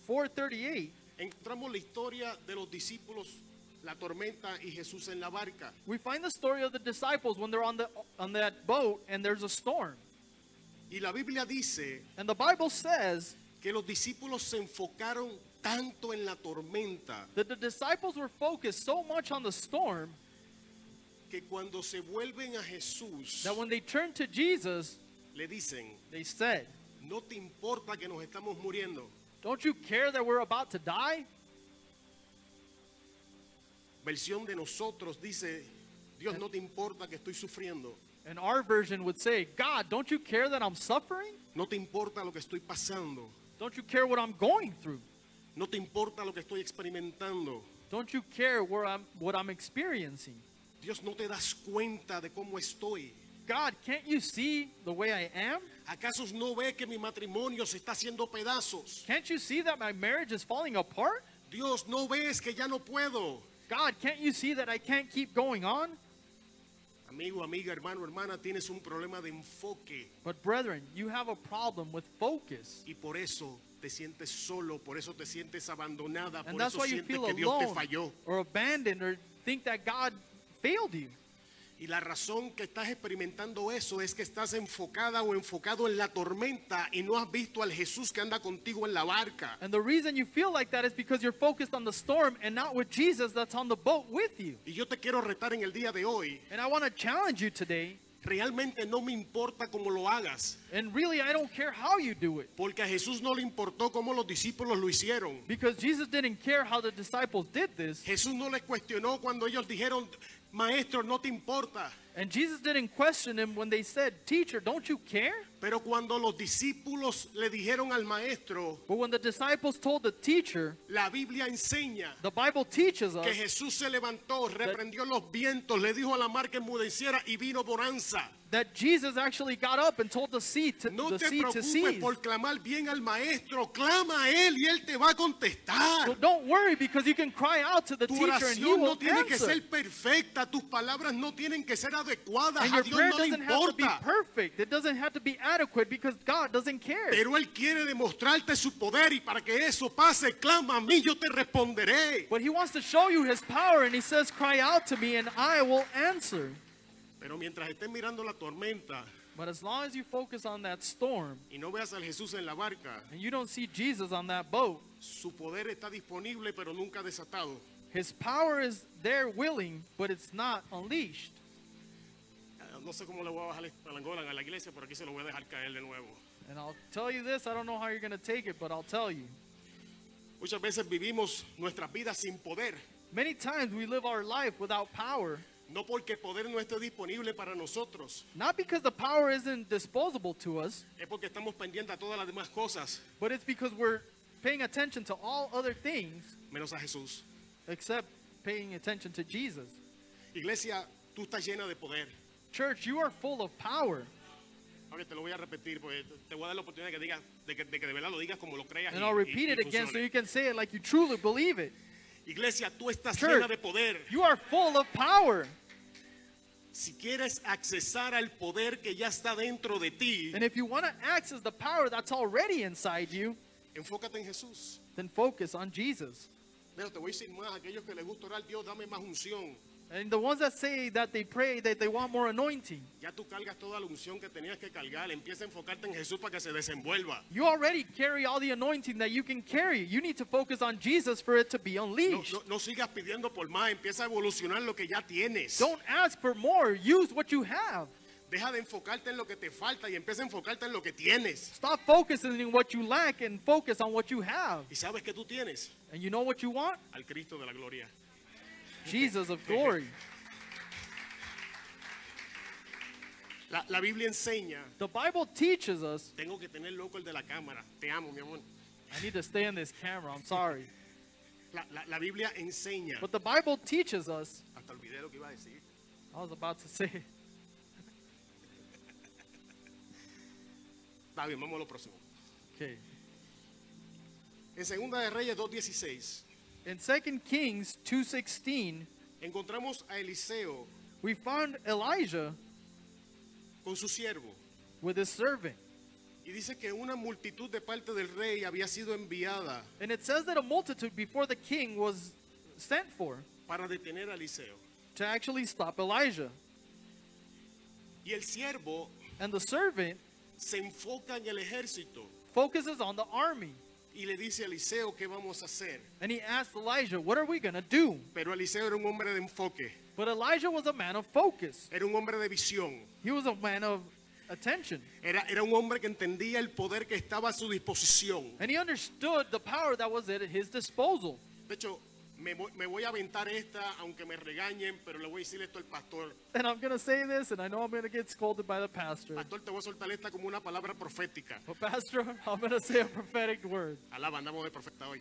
[SPEAKER 2] 4:38,
[SPEAKER 1] encontramos la historia de los discípulos, la tormenta y Jesús en la barca.
[SPEAKER 2] we find the story of the disciples when they're on the on that boat and there's a storm.
[SPEAKER 1] Y la Biblia dice
[SPEAKER 2] And the Bible says
[SPEAKER 1] que los discípulos se enfocaron tanto en la tormenta
[SPEAKER 2] that the disciples were focused so much on the storm
[SPEAKER 1] que cuando se vuelven a Jesús
[SPEAKER 2] that when they turned to Jesus,
[SPEAKER 1] le dicen,
[SPEAKER 2] they said,
[SPEAKER 1] no te importa que nos estamos muriendo.
[SPEAKER 2] "Don't you care that we're about to die?"
[SPEAKER 1] Versión de nosotros dice, Dios no te importa que estoy sufriendo,
[SPEAKER 2] And our version would say, "God, don't you care that I'm suffering?
[SPEAKER 1] no te importa lo que estoy pasando,
[SPEAKER 2] Don't you care what I'm going through?
[SPEAKER 1] no te importa lo que estoy experimentando.
[SPEAKER 2] Don't you care where I'm what I'm experiencing?
[SPEAKER 1] Dios no te das cuenta de cómo estoy.
[SPEAKER 2] God, can't you see the way I am?
[SPEAKER 1] ¿Acaso no ve que mi matrimonio se está haciendo pedazos?
[SPEAKER 2] Can't you see that my marriage is falling apart?"
[SPEAKER 1] Dios, ¿no ves que ya no puedo?
[SPEAKER 2] God, can't you see that I can't keep going on?
[SPEAKER 1] Amigo, amiga, hermano, hermana, tienes un problema de enfoque
[SPEAKER 2] But brethren, you have a problem with focus.
[SPEAKER 1] y por eso te sientes solo, por eso te sientes abandonada,
[SPEAKER 2] And
[SPEAKER 1] por
[SPEAKER 2] that's
[SPEAKER 1] eso
[SPEAKER 2] why you
[SPEAKER 1] sientes
[SPEAKER 2] feel
[SPEAKER 1] que Dios te
[SPEAKER 2] alone
[SPEAKER 1] falló.
[SPEAKER 2] or abandoned or think that God failed you.
[SPEAKER 1] Y la razón que estás experimentando eso es que estás enfocada o enfocado en la tormenta y no has visto al Jesús que anda contigo en la barca.
[SPEAKER 2] And the reason you feel like that is because you're focused on the storm and not with Jesus that's on the boat with you.
[SPEAKER 1] Y yo te quiero retar en el día de hoy.
[SPEAKER 2] And I want to challenge you today
[SPEAKER 1] Realmente no me importa cómo lo hagas.
[SPEAKER 2] And really, I don't care how you do it.
[SPEAKER 1] Porque a Jesús no le importó cómo los discípulos lo hicieron.
[SPEAKER 2] Because Jesus didn't care how the disciples did this.
[SPEAKER 1] Jesús no les cuestionó cuando ellos dijeron, maestro, no te importa.
[SPEAKER 2] And Jesus didn't question him when they said, Teacher, don't you care?
[SPEAKER 1] Pero cuando los discípulos le dijeron al maestro,
[SPEAKER 2] But when the disciples told the teacher,
[SPEAKER 1] la Biblia enseña
[SPEAKER 2] the Bible teaches us
[SPEAKER 1] que Jesús se levantó, reprendió los vientos, le dijo a la mar que enmudeciera y vino bonanza.
[SPEAKER 2] that Jesus actually got up and told the sea to,
[SPEAKER 1] No
[SPEAKER 2] the
[SPEAKER 1] te
[SPEAKER 2] sea to
[SPEAKER 1] preocupes
[SPEAKER 2] cease.
[SPEAKER 1] por clamar bien al maestro, clama a él y él te va a
[SPEAKER 2] So
[SPEAKER 1] contestar.
[SPEAKER 2] don't worry because you can cry out to the
[SPEAKER 1] Tu
[SPEAKER 2] teacher and he
[SPEAKER 1] oración no
[SPEAKER 2] will
[SPEAKER 1] tiene que
[SPEAKER 2] answer.
[SPEAKER 1] ser perfecta, tus palabras no tienen que ser adecuadas,
[SPEAKER 2] And
[SPEAKER 1] a
[SPEAKER 2] your
[SPEAKER 1] Dios
[SPEAKER 2] prayer
[SPEAKER 1] no le
[SPEAKER 2] doesn't have to be
[SPEAKER 1] importa.
[SPEAKER 2] perfect. It doesn't have to be adequate because God doesn't care.
[SPEAKER 1] Pero Él quiere demostrarte su poder y para que eso pase, clama a mí, yo te responderé.
[SPEAKER 2] But he wants to show you his power and he says, Cry out to me and I will answer.
[SPEAKER 1] Pero mientras estés mirando la tormenta
[SPEAKER 2] But as long as you focus on that storm
[SPEAKER 1] y no veas al Jesús en la barca,
[SPEAKER 2] and you don't see Jesus on that boat,
[SPEAKER 1] su poder está disponible pero nunca desatado.
[SPEAKER 2] his power is there willing, but it's not unleashed.
[SPEAKER 1] Ah, No sé cómo le voy a bajar el palangolán a la iglesia, pero aquí se lo voy a dejar caer de nuevo.
[SPEAKER 2] And I'll tell you this, I don't know how you're going to take it, but I'll tell you.
[SPEAKER 1] Muchas veces vivimos nuestras vidas sin poder,
[SPEAKER 2] Many times we live our life without power,
[SPEAKER 1] no porque el poder no esté disponible para nosotros,
[SPEAKER 2] not because the power isn't disposable to us,
[SPEAKER 1] es porque estamos pendientes a todas las demás cosas,
[SPEAKER 2] but it's because we're paying attention to all other things
[SPEAKER 1] menos a Jesús.
[SPEAKER 2] except paying attention to Jesus.
[SPEAKER 1] Iglesia, tú estás llena de poder.
[SPEAKER 2] Church, you are full of power.
[SPEAKER 1] Ahora te lo voy a repetir, porque te voy a dar la oportunidad de que digas, de que, de que de verdad lo digas como lo creas.
[SPEAKER 2] And
[SPEAKER 1] y-
[SPEAKER 2] I'll
[SPEAKER 1] y-
[SPEAKER 2] repeat
[SPEAKER 1] y
[SPEAKER 2] it again so
[SPEAKER 1] funcione.
[SPEAKER 2] you can say it like you truly believe it.
[SPEAKER 1] Iglesia, tú estás
[SPEAKER 2] Church.
[SPEAKER 1] llena de poder.
[SPEAKER 2] You are full of power.
[SPEAKER 1] Si quieres accesar al poder que ya está dentro de ti,
[SPEAKER 2] And if you want to access the power that's already inside you,
[SPEAKER 1] enfócate en Jesús.
[SPEAKER 2] then focus on Jesus.
[SPEAKER 1] Pero te voy a decir más, aquellos que les gusta orar, Dios, dame más unción.
[SPEAKER 2] And the ones that say that they pray that they want more anointing,
[SPEAKER 1] Ya tú cargas toda la unción que tenías que cargar. Empieza a enfocarte en Jesús para que se desenvuelva.
[SPEAKER 2] you already carry all the anointing that you can carry. You need to focus on Jesus for it to be
[SPEAKER 1] No,
[SPEAKER 2] unleashed.
[SPEAKER 1] no- no sigas pidiendo por más, empieza a evolucionar lo que ya tienes.
[SPEAKER 2] Don't ask for more. Use what you have.
[SPEAKER 1] Deja de enfocarte en lo que te falta y empieza a enfocarte en lo que tienes.
[SPEAKER 2] Stop focusing on what you lack and focus on what you have.
[SPEAKER 1] ¿Y sabes que tú tienes?
[SPEAKER 2] And you know what you want?
[SPEAKER 1] Al Cristo de la gloria.
[SPEAKER 2] Jesus of glory.
[SPEAKER 1] La, la Biblia enseña,
[SPEAKER 2] The Bible teaches us.
[SPEAKER 1] tengo que tener loco el de la cámara, te amo mi amor.
[SPEAKER 2] I need to stay in this camera. I'm sorry.
[SPEAKER 1] La, la- la Biblia enseña,
[SPEAKER 2] But the Bible teaches us.
[SPEAKER 1] hasta olvidé lo que iba a decir,
[SPEAKER 2] I was about to say it.
[SPEAKER 1] está bien, vamos a lo próximo.
[SPEAKER 2] Okay.
[SPEAKER 1] En Segunda de Reyes 2.16,
[SPEAKER 2] In 2 Kings 2:16,
[SPEAKER 1] encontramos a Eliseo
[SPEAKER 2] we found Elijah
[SPEAKER 1] con su siervo
[SPEAKER 2] with his servant.
[SPEAKER 1] y dice que una multitud de parte del rey había sido enviada
[SPEAKER 2] And it says that a multitude before the king was sent for
[SPEAKER 1] para detener a Eliseo.
[SPEAKER 2] to actually stop Elijah.
[SPEAKER 1] Y el siervo
[SPEAKER 2] And the servant
[SPEAKER 1] se enfoca en el ejército
[SPEAKER 2] focuses on the army.
[SPEAKER 1] y le dice a Eliseo qué vamos a hacer.
[SPEAKER 2] And he asked Elijah, What are we going to do?
[SPEAKER 1] Pero Eliseo era un hombre de enfoque,
[SPEAKER 2] But Elijah was a man of focus,
[SPEAKER 1] era un hombre de visión.
[SPEAKER 2] he was a man of attention.
[SPEAKER 1] Era, era un hombre que entendía el poder que estaba a su disposición.
[SPEAKER 2] And he understood the power that was at his disposal.
[SPEAKER 1] De hecho, me voy, me voy a aventar esta, aunque me regañen, pero le voy a decir esto al pastor.
[SPEAKER 2] And I'm going to say this, and I know I'm going to get scolded by the pastor.
[SPEAKER 1] Pastor, te voy a soltar esta como una palabra profética.
[SPEAKER 2] But, Pastor, I'm going to say a prophetic word.
[SPEAKER 1] Alaba, andamos de profeta hoy.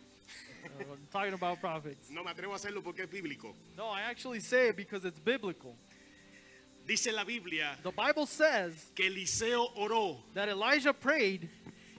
[SPEAKER 2] Uh, I'm talking about prophets.
[SPEAKER 1] No me atrevo a hacerlo porque es bíblico.
[SPEAKER 2] No, I actually say it because it's biblical.
[SPEAKER 1] Dice la Biblia
[SPEAKER 2] The Bible says
[SPEAKER 1] que Eliseo oró
[SPEAKER 2] that Elijah prayed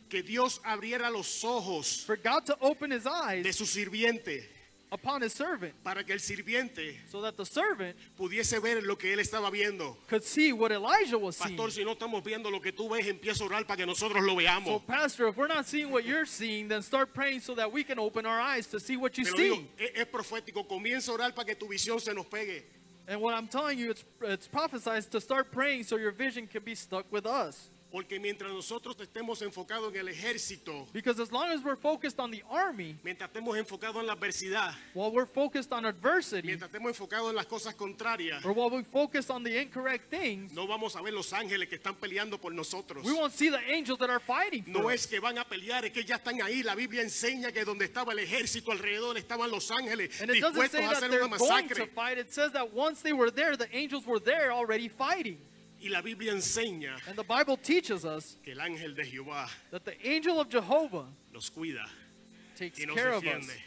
[SPEAKER 1] que Dios abriera los ojos
[SPEAKER 2] for God to open his
[SPEAKER 1] de
[SPEAKER 2] eyes
[SPEAKER 1] su sirviente
[SPEAKER 2] upon his servant
[SPEAKER 1] para que el sirviente
[SPEAKER 2] so that the servant
[SPEAKER 1] pudiese ver lo que él estaba viendo.
[SPEAKER 2] could see what Elijah was seeing.
[SPEAKER 1] Pastor, si no estamos viendo lo que tú ves, empieza a orar para que nosotros lo
[SPEAKER 2] So,
[SPEAKER 1] veamos.
[SPEAKER 2] Pastor, if we're not seeing what you're seeing, then start praying so that we can open our eyes to see what you
[SPEAKER 1] Te lo
[SPEAKER 2] see.
[SPEAKER 1] digo, es, es profético. Comienza a orar para que tu visión se nos pegue.
[SPEAKER 2] And what I'm telling you, it's, it's prophesied to start praying so your vision can be stuck with us.
[SPEAKER 1] Porque mientras nosotros estemos enfocados en el ejército,
[SPEAKER 2] Because as long as we're focused on the army,
[SPEAKER 1] mientras estemos enfocados en la adversidad,
[SPEAKER 2] while we're focused on adversity,
[SPEAKER 1] mientras estemos enfocados en las cosas contrarias,
[SPEAKER 2] or while we focus on the incorrect things,
[SPEAKER 1] no vamos a ver los ángeles que están peleando por nosotros.
[SPEAKER 2] we won't see the angels that are fighting for
[SPEAKER 1] No
[SPEAKER 2] us.
[SPEAKER 1] es que van a pelear, es que ya están ahí. La Biblia enseña que donde estaba el ejército alrededor estaban los ángeles
[SPEAKER 2] And it doesn't
[SPEAKER 1] dispuestos
[SPEAKER 2] say
[SPEAKER 1] a
[SPEAKER 2] that
[SPEAKER 1] hacer una
[SPEAKER 2] they're going to
[SPEAKER 1] masacre.
[SPEAKER 2] fight. It says that once they were there, the angels were there already fighting.
[SPEAKER 1] Y la Biblia enseña
[SPEAKER 2] And the Bible teaches us
[SPEAKER 1] que el ángel de Jehová
[SPEAKER 2] that the angel of Jehovah
[SPEAKER 1] los cuida.
[SPEAKER 2] takes
[SPEAKER 1] Y nos
[SPEAKER 2] care of
[SPEAKER 1] defiende.
[SPEAKER 2] us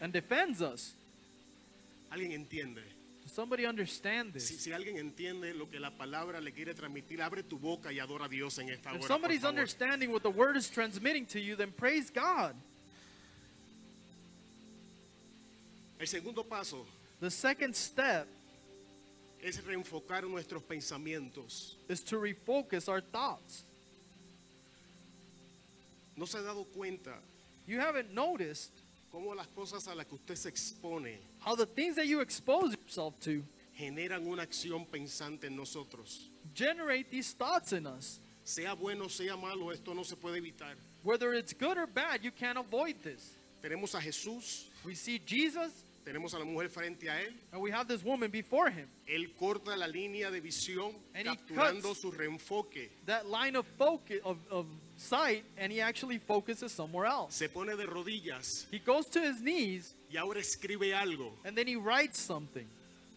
[SPEAKER 2] and defends us.
[SPEAKER 1] ¿Alguien entiende?
[SPEAKER 2] Does somebody understand this?
[SPEAKER 1] Si, si alguien entiende lo que la palabra le quiere transmitir, abre tu boca y adora a Dios en esta hora.
[SPEAKER 2] If
[SPEAKER 1] por
[SPEAKER 2] somebody's
[SPEAKER 1] favor.
[SPEAKER 2] understanding what the word is transmitting to you, then praise God.
[SPEAKER 1] El segundo paso
[SPEAKER 2] The second step
[SPEAKER 1] es reenfocar nuestros pensamientos.
[SPEAKER 2] is to refocus our thoughts.
[SPEAKER 1] ¿No se ha dado cuenta
[SPEAKER 2] You haven't noticed
[SPEAKER 1] cómo las cosas a las que usted se expone
[SPEAKER 2] how the things that you expose yourself to
[SPEAKER 1] generan una acción pensante en nosotros?
[SPEAKER 2] generate these thoughts in us.
[SPEAKER 1] Sea bueno, sea malo, esto no se puede evitar.
[SPEAKER 2] Whether it's good or bad, you can't avoid this.
[SPEAKER 1] Tenemos a Jesús,
[SPEAKER 2] We see Jesus
[SPEAKER 1] tenemos a la mujer frente a él.
[SPEAKER 2] and we have this woman before him.
[SPEAKER 1] Él corta la línea de visión,
[SPEAKER 2] And he
[SPEAKER 1] capturando
[SPEAKER 2] cuts.
[SPEAKER 1] su reenfoque.
[SPEAKER 2] That line of focus of, of sight and he actually focuses somewhere else.
[SPEAKER 1] Se pone de rodillas
[SPEAKER 2] He goes to his knees
[SPEAKER 1] y ahora escribe algo.
[SPEAKER 2] and then he writes something.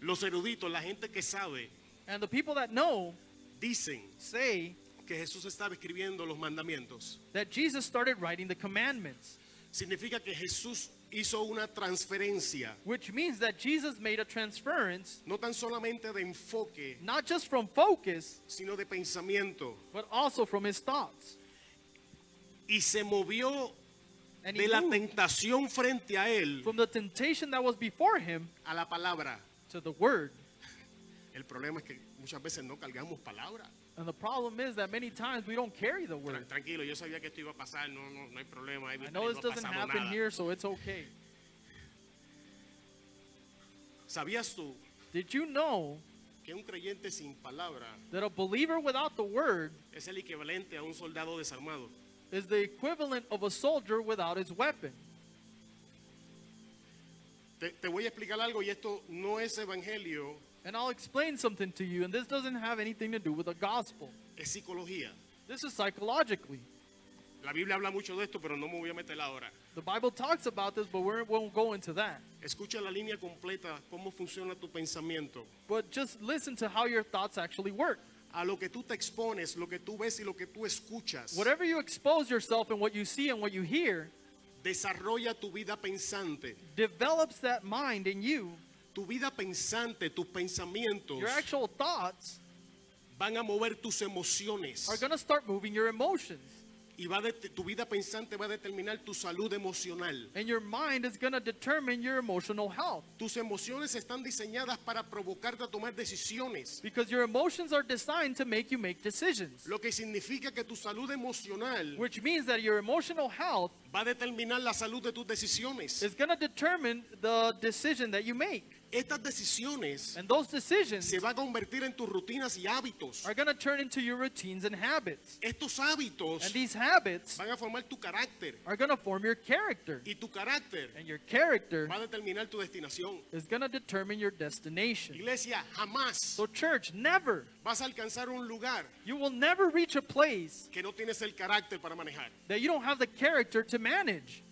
[SPEAKER 1] Los eruditos, la gente que sabe,
[SPEAKER 2] And the people that know
[SPEAKER 1] dicen
[SPEAKER 2] say
[SPEAKER 1] que Jesús estaba escribiendo los mandamientos.
[SPEAKER 2] that Jesus started writing the commandments,
[SPEAKER 1] Significa que Jesús hizo una transferencia,
[SPEAKER 2] which means that Jesus made a transference
[SPEAKER 1] no tan solamente de enfoque,
[SPEAKER 2] not just from focus,
[SPEAKER 1] sino de pensamiento.
[SPEAKER 2] but also from his thoughts.
[SPEAKER 1] Y se movió
[SPEAKER 2] And
[SPEAKER 1] de
[SPEAKER 2] he
[SPEAKER 1] la
[SPEAKER 2] moved
[SPEAKER 1] tentación frente a él
[SPEAKER 2] from the temptation that was before him
[SPEAKER 1] a la palabra.
[SPEAKER 2] to the word.
[SPEAKER 1] El problema es que muchas veces no cargamos palabra.
[SPEAKER 2] And the problem is that many times we don't carry the
[SPEAKER 1] Tran-
[SPEAKER 2] word.
[SPEAKER 1] Tranquilo, yo sabía que esto iba a pasar, no, no, no hay problema. ahí
[SPEAKER 2] I know this
[SPEAKER 1] no ha
[SPEAKER 2] doesn't
[SPEAKER 1] pasado
[SPEAKER 2] happen
[SPEAKER 1] nada.
[SPEAKER 2] here, so it's okay.
[SPEAKER 1] ¿Sabías tú
[SPEAKER 2] Did you know
[SPEAKER 1] que un creyente sin palabra
[SPEAKER 2] that a believer without the word
[SPEAKER 1] es el equivalente a un soldado desarmado?
[SPEAKER 2] is the equivalent of a soldier without his weapon?
[SPEAKER 1] Te, te voy a explicar algo y esto no es evangelio,
[SPEAKER 2] And I'll explain something to you, and this doesn't have anything to do with the gospel.
[SPEAKER 1] es psicología.
[SPEAKER 2] This is psychologically.
[SPEAKER 1] La Biblia habla mucho de esto, pero no me voy a meter ahora.
[SPEAKER 2] The Bible talks about this, but we're, we won't go into that.
[SPEAKER 1] Escucha la línea completa, cómo funciona tu pensamiento.
[SPEAKER 2] But just listen to how your thoughts actually work.
[SPEAKER 1] A lo que tú te expones, lo que tú ves y lo que tú escuchas,
[SPEAKER 2] Whatever you expose yourself and what you see and what you hear
[SPEAKER 1] desarrolla tu vida pensante.
[SPEAKER 2] develops that mind in you.
[SPEAKER 1] Tu vida pensante, tus pensamientos
[SPEAKER 2] Your actual thoughts
[SPEAKER 1] van a mover tus emociones.
[SPEAKER 2] are going to start moving your emotions.
[SPEAKER 1] Y va a det- tu vida pensante va a determinar tu salud emocional.
[SPEAKER 2] And your mind is going to determine your emotional health
[SPEAKER 1] Tus emociones están diseñadas para provocarte a tomar decisiones.
[SPEAKER 2] because your emotions are designed to make you make decisions,
[SPEAKER 1] Lo que significa que tu salud emocional
[SPEAKER 2] which means that your emotional health
[SPEAKER 1] va a determinar la salud de tus decisiones.
[SPEAKER 2] is going to determine the decision that you make.
[SPEAKER 1] Estas decisiones
[SPEAKER 2] And those decisions
[SPEAKER 1] se van a convertir en tus rutinas y hábitos.
[SPEAKER 2] are going to turn into your routines and habits.
[SPEAKER 1] Estos hábitos
[SPEAKER 2] And these habits
[SPEAKER 1] van a formar tu carácter
[SPEAKER 2] are going to form your character.
[SPEAKER 1] y tu carácter
[SPEAKER 2] And your character
[SPEAKER 1] va a determinar tu destinación.
[SPEAKER 2] is going to determine your destination.
[SPEAKER 1] Iglesia, jamás
[SPEAKER 2] So, church, never,
[SPEAKER 1] vas a alcanzar un lugar
[SPEAKER 2] you will never reach a place
[SPEAKER 1] que no tienes el carácter para manejar.
[SPEAKER 2] that you don't have the character to manage.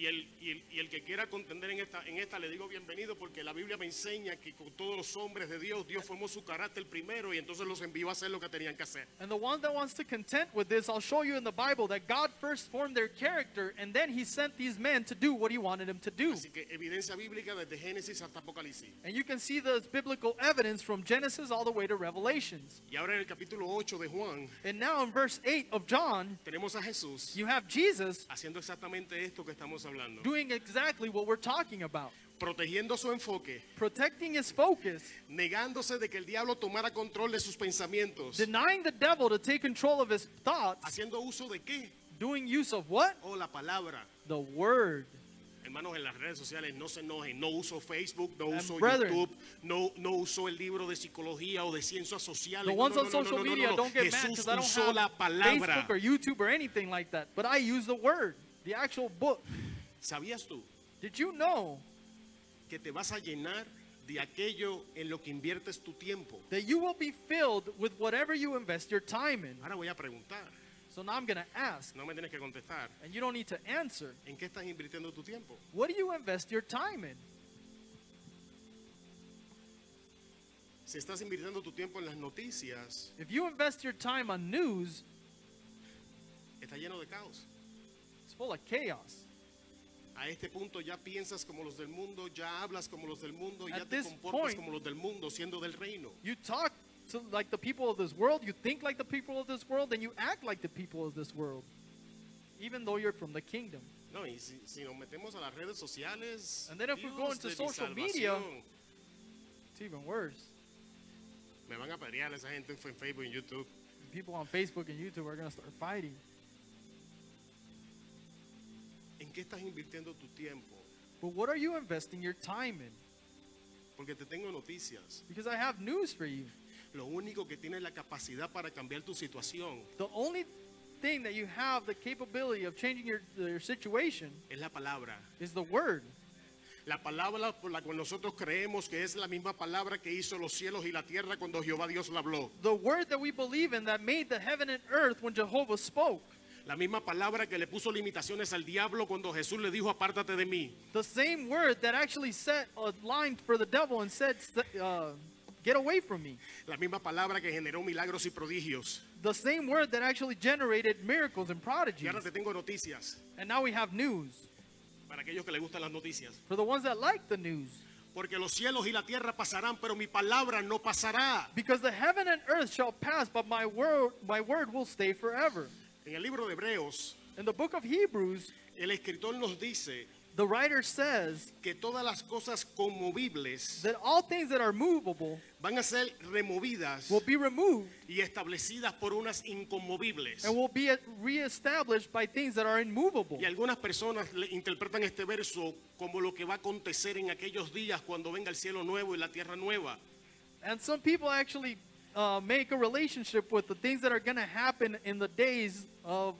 [SPEAKER 1] Y el, y el- y el que quiera contender en esta, en esta, le digo bienvenido porque la Biblia me enseña que con todos los hombres de Dios, Dios formó su carácter primero y entonces los envió a hacer lo que tenían que hacer.
[SPEAKER 2] And the one that wants to contend with this, I'll show you in the Bible that God first formed their character and then he sent these men to do what he wanted them to do.
[SPEAKER 1] Así que evidencia bíblica desde Génesis hasta Apocalipsis.
[SPEAKER 2] And you can see this biblical evidence from Genesis all the way to Revelations.
[SPEAKER 1] Y ahora en el capítulo 8 de Juan
[SPEAKER 2] And now in verse 8 of John,
[SPEAKER 1] tenemos a Jesús
[SPEAKER 2] you have Jesus
[SPEAKER 1] haciendo exactamente esto que estamos hablando.
[SPEAKER 2] doing exactly what we're talking about
[SPEAKER 1] Protegiendo su enfoque,
[SPEAKER 2] protecting his focus,
[SPEAKER 1] negándose de que el diablo tomara control de sus pensamientos.
[SPEAKER 2] denying the devil to take control of his thoughts,
[SPEAKER 1] ¿Haciendo uso de qué?
[SPEAKER 2] doing use of what?
[SPEAKER 1] O la palabra.
[SPEAKER 2] The word.
[SPEAKER 1] Hermanos, en las redes sociales no se enojen, no uso Facebook, no
[SPEAKER 2] And
[SPEAKER 1] uso
[SPEAKER 2] brethren,
[SPEAKER 1] YouTube, no, no uso el libro de psicología o de ciencias sociales.
[SPEAKER 2] The
[SPEAKER 1] no,
[SPEAKER 2] ones
[SPEAKER 1] no,
[SPEAKER 2] on
[SPEAKER 1] no, no,
[SPEAKER 2] social
[SPEAKER 1] no, no,
[SPEAKER 2] media
[SPEAKER 1] no.
[SPEAKER 2] don't get mad
[SPEAKER 1] Jesús
[SPEAKER 2] because I don't
[SPEAKER 1] usó
[SPEAKER 2] have
[SPEAKER 1] la palabra.
[SPEAKER 2] Facebook or YouTube or anything like that. But I use the word, the actual book.
[SPEAKER 1] ¿Sabías tú
[SPEAKER 2] Did you know
[SPEAKER 1] que te vas a llenar de aquello en lo que inviertes tu tiempo?
[SPEAKER 2] that you will be filled with whatever you invest your time in?
[SPEAKER 1] Ahora voy a preguntar,
[SPEAKER 2] So now I'm going to ask,
[SPEAKER 1] no me tienes que contestar.
[SPEAKER 2] and you don't need to answer.
[SPEAKER 1] ¿En qué estás invirtiendo tu tiempo?
[SPEAKER 2] What do you invest your time in?
[SPEAKER 1] Si estás invirtiendo tu tiempo en las noticias,
[SPEAKER 2] If you invest your time on news,
[SPEAKER 1] está lleno de caos.
[SPEAKER 2] it's full of chaos.
[SPEAKER 1] A este punto ya piensas como los del mundo, ya hablas como los del mundo, y ya
[SPEAKER 2] At
[SPEAKER 1] te
[SPEAKER 2] this
[SPEAKER 1] comportas
[SPEAKER 2] point-
[SPEAKER 1] como los del mundo, siendo del reino.
[SPEAKER 2] You talk to like the people of this world, you think like the people of this world, and you act like the people of this world, even though you're from the kingdom.
[SPEAKER 1] No, y si, si nos metemos a las redes sociales,
[SPEAKER 2] And then if we go
[SPEAKER 1] Dios
[SPEAKER 2] into
[SPEAKER 1] de mi
[SPEAKER 2] social media-
[SPEAKER 1] salvación.
[SPEAKER 2] It's even worse.
[SPEAKER 1] me van a pelear esa gente en Facebook y en YouTube.
[SPEAKER 2] People on Facebook and YouTube are gonna start fighting.
[SPEAKER 1] ¿En qué estás invirtiendo tu tiempo?
[SPEAKER 2] But what are you investing your time in?
[SPEAKER 1] Porque te tengo noticias.
[SPEAKER 2] Because I have news for you.
[SPEAKER 1] Lo único que tiene la capacidad para cambiar tu situación
[SPEAKER 2] The only thing that you have the capability of changing your, your situation
[SPEAKER 1] es la palabra.
[SPEAKER 2] is the word.
[SPEAKER 1] La palabra por la cual nosotros creemos que es la misma palabra que hizo los cielos y la tierra cuando Jehová Dios la habló.
[SPEAKER 2] The word that we believe in that made the heaven and earth when Jehovah spoke.
[SPEAKER 1] La misma palabra que le puso limitaciones al diablo cuando Jesús le dijo, apártate de mí.
[SPEAKER 2] The same word that actually set a line for the devil and said, uh, Get away from me.
[SPEAKER 1] La misma palabra que generó milagros y prodigios.
[SPEAKER 2] The same word that actually generated miracles and
[SPEAKER 1] Y
[SPEAKER 2] prodigies.
[SPEAKER 1] ahora te tengo noticias
[SPEAKER 2] And now we have news
[SPEAKER 1] para aquellos que les gustan las noticias.
[SPEAKER 2] for the ones that like the news.
[SPEAKER 1] Porque los cielos y la tierra pasarán, pero mi palabra no pasará.
[SPEAKER 2] Because the heaven and earth shall pass, but my word, my word will stay forever.
[SPEAKER 1] En el libro de Hebreos,
[SPEAKER 2] In the book of Hebrews,
[SPEAKER 1] el escritor nos dice
[SPEAKER 2] the writer says
[SPEAKER 1] que todas las cosas conmovibles
[SPEAKER 2] that all things that are movable
[SPEAKER 1] van a ser removidas
[SPEAKER 2] will be removed
[SPEAKER 1] y establecidas por unas inconmovibles.
[SPEAKER 2] and will be reestablished by things that are immovable.
[SPEAKER 1] Y algunas personas le interpretan este verso como lo que va a acontecer en aquellos días cuando venga el cielo nuevo y la tierra nueva.
[SPEAKER 2] And some people actually uh, make a relationship with the things that are going to happen in the days of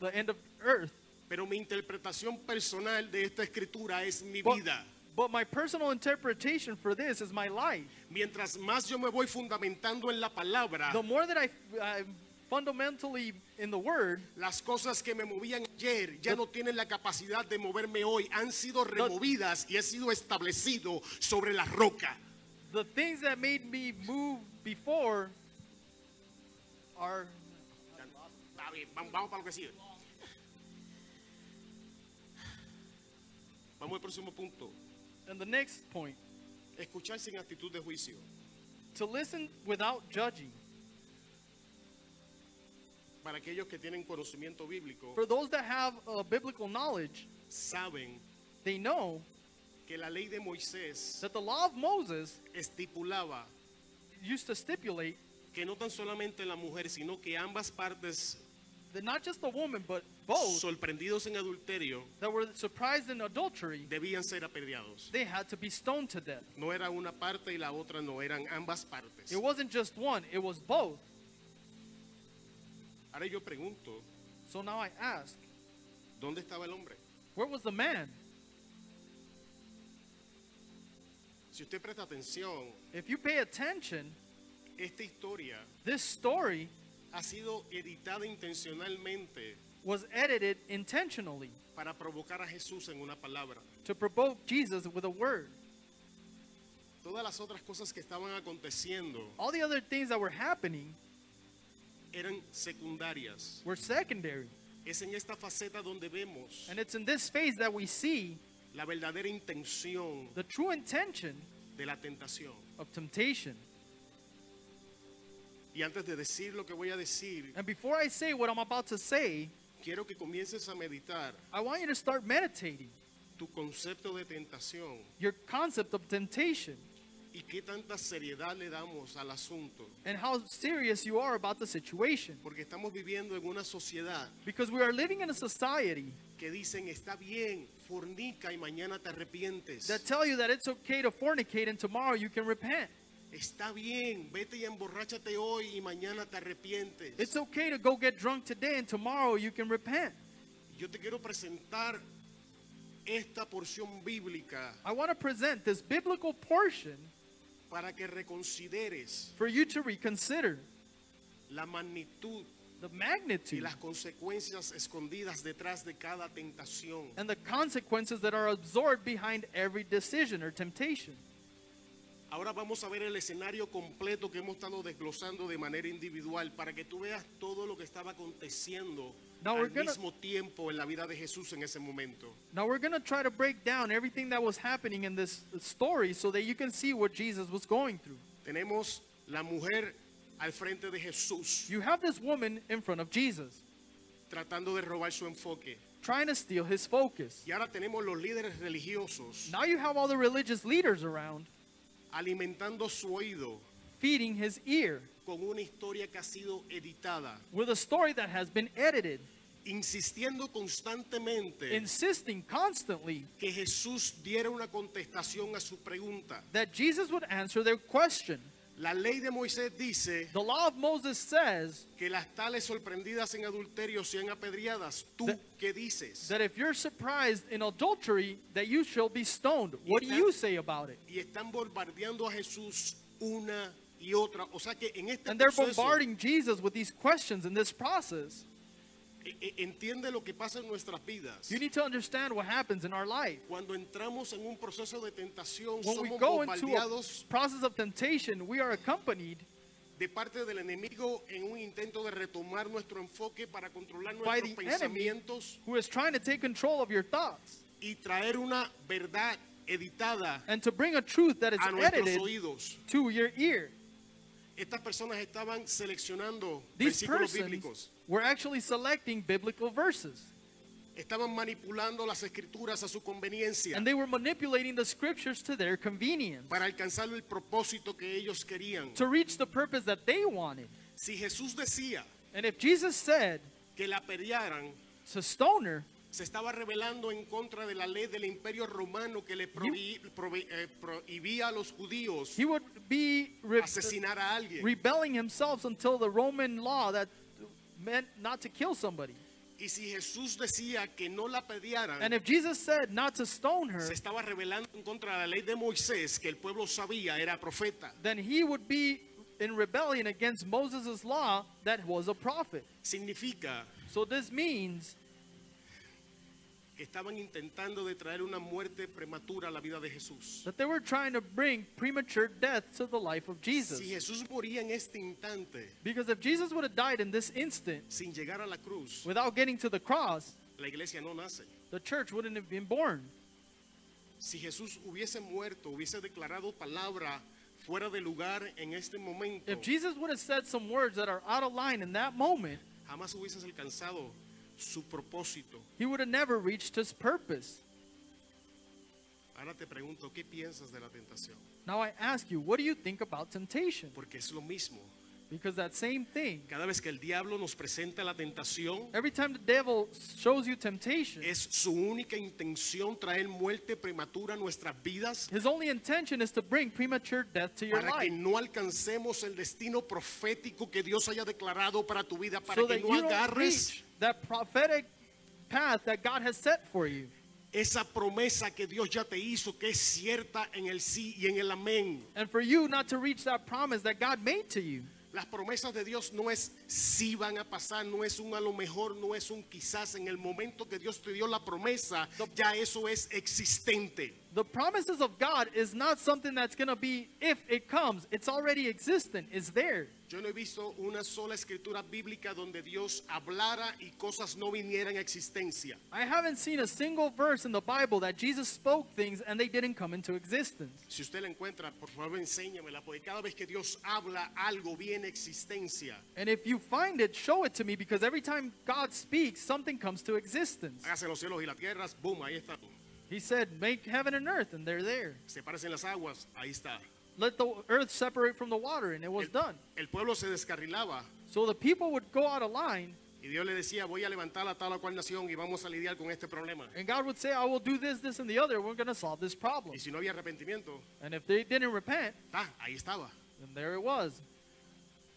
[SPEAKER 2] the end of earth.
[SPEAKER 1] Pero mi interpretación personal de esta escritura es mi
[SPEAKER 2] But,
[SPEAKER 1] vida.
[SPEAKER 2] but my personal interpretation for this is my life.
[SPEAKER 1] Mientras más yo me voy fundamentando en la palabra,
[SPEAKER 2] The more that I, I'm fundamentally in the Word,
[SPEAKER 1] las cosas que me movían ayer ya no tienen la capacidad de moverme hoy. Han sido removidas y he sido establecido sobre la roca.
[SPEAKER 2] the things that made me move before are.
[SPEAKER 1] Está bien, vam- vamos para lo que sigue. Vamos al próximo punto.
[SPEAKER 2] And the next point
[SPEAKER 1] Escuchar sin actitud de juicio.
[SPEAKER 2] to listen without judging.
[SPEAKER 1] Para aquellos que tienen conocimiento bíblico,
[SPEAKER 2] For those that have uh, biblical knowledge,
[SPEAKER 1] saben
[SPEAKER 2] they know
[SPEAKER 1] que la ley de Moisés
[SPEAKER 2] that the law of Moses
[SPEAKER 1] estipulaba
[SPEAKER 2] used to stipulate
[SPEAKER 1] que no tan solamente la mujer, sino que ambas partes
[SPEAKER 2] that not just the woman, but both
[SPEAKER 1] sorprendidos en adulterio
[SPEAKER 2] that were surprised in adultery,
[SPEAKER 1] debían ser apedreados.
[SPEAKER 2] they had to be stoned to death.
[SPEAKER 1] No era una parte y la otra, no eran ambas partes.
[SPEAKER 2] It wasn't just one, it was both.
[SPEAKER 1] Ahora yo pregunto,
[SPEAKER 2] So now I ask,
[SPEAKER 1] ¿dónde estaba el hombre?
[SPEAKER 2] where was the man?
[SPEAKER 1] Si usted presta atención,
[SPEAKER 2] If you pay attention,
[SPEAKER 1] esta historia
[SPEAKER 2] this story
[SPEAKER 1] ha sido editada intencionalmente
[SPEAKER 2] was edited intentionally
[SPEAKER 1] para provocar a Jesús en una palabra.
[SPEAKER 2] to provoke Jesus with a word.
[SPEAKER 1] Todas las otras cosas que estaban aconteciendo
[SPEAKER 2] All the other things that were happening
[SPEAKER 1] eran secundarias.
[SPEAKER 2] were secondary.
[SPEAKER 1] Es en esta faceta donde vemos
[SPEAKER 2] And it's in this phase that we see
[SPEAKER 1] la verdadera intención
[SPEAKER 2] the true intention
[SPEAKER 1] de la tentación.
[SPEAKER 2] of temptation.
[SPEAKER 1] Y antes de decir lo que voy a decir,
[SPEAKER 2] And before I say what I'm about to say,
[SPEAKER 1] quiero que comiences a meditar
[SPEAKER 2] I want you to start meditating
[SPEAKER 1] tu concepto de tentación
[SPEAKER 2] your concept of temptation
[SPEAKER 1] y qué tanta seriedad le damos al asunto.
[SPEAKER 2] and how serious you are about the situation.
[SPEAKER 1] Porque estamos viviendo en una sociedad
[SPEAKER 2] Because we are living in a society
[SPEAKER 1] que dicen está bien, fornica y mañana te arrepientes.
[SPEAKER 2] that tell you that it's okay to fornicate and tomorrow you can repent.
[SPEAKER 1] Está bien, vete y emborráchate hoy y mañana te arrepientes.
[SPEAKER 2] It's okay to go get drunk today and tomorrow you can repent.
[SPEAKER 1] Yo te quiero presentar esta porción bíblica
[SPEAKER 2] I want to present this biblical portion
[SPEAKER 1] para que reconsideres
[SPEAKER 2] for you to reconsider
[SPEAKER 1] la magnitud
[SPEAKER 2] the
[SPEAKER 1] y
[SPEAKER 2] magnitude
[SPEAKER 1] las consecuencias escondidas detrás de cada tentación.
[SPEAKER 2] and the consequences that are absorbed behind every decision or temptation.
[SPEAKER 1] Ahora vamos a ver el escenario completo que hemos estado desglosando de manera individual para que tú veas todo lo que estaba aconteciendo
[SPEAKER 2] Now
[SPEAKER 1] al
[SPEAKER 2] we're gonna-
[SPEAKER 1] mismo tiempo en la vida de Jesús en ese momento.
[SPEAKER 2] Now we're going to try to break down everything that was happening in this story so that you can see what Jesus was going through.
[SPEAKER 1] Tenemos la mujer al frente de Jesús
[SPEAKER 2] You have this woman in front of Jesus
[SPEAKER 1] tratando de robar su enfoque.
[SPEAKER 2] trying to steal his focus.
[SPEAKER 1] Y ahora tenemos los líderes religiosos
[SPEAKER 2] Now you have all the religious leaders around
[SPEAKER 1] alimentando su oído
[SPEAKER 2] feeding his ear
[SPEAKER 1] con una historia que ha sido editada,
[SPEAKER 2] with a story that has been edited,
[SPEAKER 1] insistiendo constantemente
[SPEAKER 2] insisting constantly
[SPEAKER 1] que Jesús diera una contestación a su pregunta.
[SPEAKER 2] that Jesus would answer their question.
[SPEAKER 1] La ley de Moisés dice
[SPEAKER 2] The law of Moses says
[SPEAKER 1] que las tales sorprendidas en adulterio sean apedreadas. ¿Tú
[SPEAKER 2] That-
[SPEAKER 1] qué dices?
[SPEAKER 2] that if you're surprised in adultery, that you shall be stoned. What do you say about it?
[SPEAKER 1] Y están bombardeando a Jesús una y otra. O sea que en este
[SPEAKER 2] And they're
[SPEAKER 1] proceso,
[SPEAKER 2] bombarding Jesus with these questions in this process.
[SPEAKER 1] e- e- entiende lo que pasa en nuestras vidas.
[SPEAKER 2] You need to understand what happens in our life.
[SPEAKER 1] Cuando entramos en un proceso de tentación,
[SPEAKER 2] When we
[SPEAKER 1] somos
[SPEAKER 2] go into a
[SPEAKER 1] bombardeados
[SPEAKER 2] process of temptation, we are accompanied
[SPEAKER 1] de parte del enemigo en un intento de retomar nuestro enfoque para controlar
[SPEAKER 2] by
[SPEAKER 1] nuestros
[SPEAKER 2] the enemy
[SPEAKER 1] pensamientos
[SPEAKER 2] who is trying to take control of your thoughts
[SPEAKER 1] y traer una verdad editada
[SPEAKER 2] and to bring a truth that is
[SPEAKER 1] a nuestros
[SPEAKER 2] edited
[SPEAKER 1] oídos.
[SPEAKER 2] to your ear.
[SPEAKER 1] Estas personas estaban seleccionando
[SPEAKER 2] These
[SPEAKER 1] versículos
[SPEAKER 2] persons
[SPEAKER 1] bíblicos,
[SPEAKER 2] were actually selecting biblical verses
[SPEAKER 1] estaban manipulando las escrituras a su conveniencia
[SPEAKER 2] and they were manipulating the scriptures to their convenience
[SPEAKER 1] para alcanzar el propósito que ellos querían.
[SPEAKER 2] to reach the purpose that they wanted.
[SPEAKER 1] Si Jesús decía
[SPEAKER 2] And if Jesus said
[SPEAKER 1] que la pelearan,
[SPEAKER 2] to Stoner,
[SPEAKER 1] se estaba rebelando en contra de la ley del imperio romano que le prohi- prove- eh, prohibía a los judíos
[SPEAKER 2] he would be re-
[SPEAKER 1] asesinar a alguien.
[SPEAKER 2] rebelling himself until the Roman law that meant not to kill somebody.
[SPEAKER 1] Y si Jesús decía que no la
[SPEAKER 2] And
[SPEAKER 1] pedían,
[SPEAKER 2] if Jesus said not to stone her,
[SPEAKER 1] se estaba rebelando en contra de la ley de Moisés, que el pueblo sabía era profeta.
[SPEAKER 2] then he would be in rebellion against Moses' law that was a prophet.
[SPEAKER 1] Significa
[SPEAKER 2] So this means
[SPEAKER 1] que estaban intentando de traer una muerte prematura a la vida de Jesús.
[SPEAKER 2] that they were trying to bring premature death to the life of Jesus.
[SPEAKER 1] Si Jesús moría en este instante,
[SPEAKER 2] Because if Jesus would have died in this instant
[SPEAKER 1] sin llegar a la cruz,
[SPEAKER 2] without getting to the cross,
[SPEAKER 1] la iglesia no nace.
[SPEAKER 2] the church wouldn't have been born.
[SPEAKER 1] Si Jesús hubiese muerto, hubiese declarado palabra fuera de lugar en este momento,
[SPEAKER 2] If Jesus would have said some words that are out of line in that moment,
[SPEAKER 1] jamás hubiese alcanzado su propósito.
[SPEAKER 2] he would have never reached his purpose.
[SPEAKER 1] Ahora te pregunto, ¿qué piensas de la tentación?
[SPEAKER 2] Now I ask you, what do you think about temptation?
[SPEAKER 1] Porque es lo mismo.
[SPEAKER 2] Because that same thing,
[SPEAKER 1] Cada vez que el diablo nos presenta la tentación,
[SPEAKER 2] every time the devil shows you temptation,
[SPEAKER 1] es su única intención traer muerte prematura a nuestras vidas
[SPEAKER 2] his only intention is to bring premature death to your
[SPEAKER 1] para que
[SPEAKER 2] life
[SPEAKER 1] no alcancemos el destino profético que Dios haya declarado para tu vida, para
[SPEAKER 2] so
[SPEAKER 1] que
[SPEAKER 2] that
[SPEAKER 1] no
[SPEAKER 2] you don't
[SPEAKER 1] agarres
[SPEAKER 2] reach that prophetic path that God has set for you.
[SPEAKER 1] esa promesa que Dios ya te hizo, que es cierta en el sí y en el amén.
[SPEAKER 2] And for you not to reach that promise that God made to you.
[SPEAKER 1] Las promesas de Dios no es si van a pasar, no es un a lo mejor, no es un quizás. En el momento que Dios te dio la promesa, ya eso es existente.
[SPEAKER 2] The promises of God is not something that's going to be if it comes. It's already existent. It's there.
[SPEAKER 1] Yo no he visto una sola escritura bíblica donde Dios hablara y cosas no vinieran a existencia.
[SPEAKER 2] I haven't seen a single verse in the Bible that Jesus spoke things and they didn't come into existence.
[SPEAKER 1] Si usted la encuentra, por favor enséñamela, porque cada vez que Dios habla, algo viene a existencia.
[SPEAKER 2] And if you find it, show it to me because every time God speaks, something comes to existence.
[SPEAKER 1] Hágase los cielos y las tierras, boom, ahí está.
[SPEAKER 2] He said, Make heaven and earth, and they're there.
[SPEAKER 1] Sepárese las aguas, ahí está.
[SPEAKER 2] let the earth separate from the water, and it was
[SPEAKER 1] El,
[SPEAKER 2] done.
[SPEAKER 1] el pueblo se descarrilaba
[SPEAKER 2] So the people would go out of line,
[SPEAKER 1] y Dios le decía, voy a levantar a tal o cual nación y vamos a lidiar con este problema.
[SPEAKER 2] and God would say, I will do this, this, and the other. We're going to solve this problem.
[SPEAKER 1] Y si no había arrepentimiento,
[SPEAKER 2] And if they didn't repent,
[SPEAKER 1] ah, ahí estaba.
[SPEAKER 2] then there it was.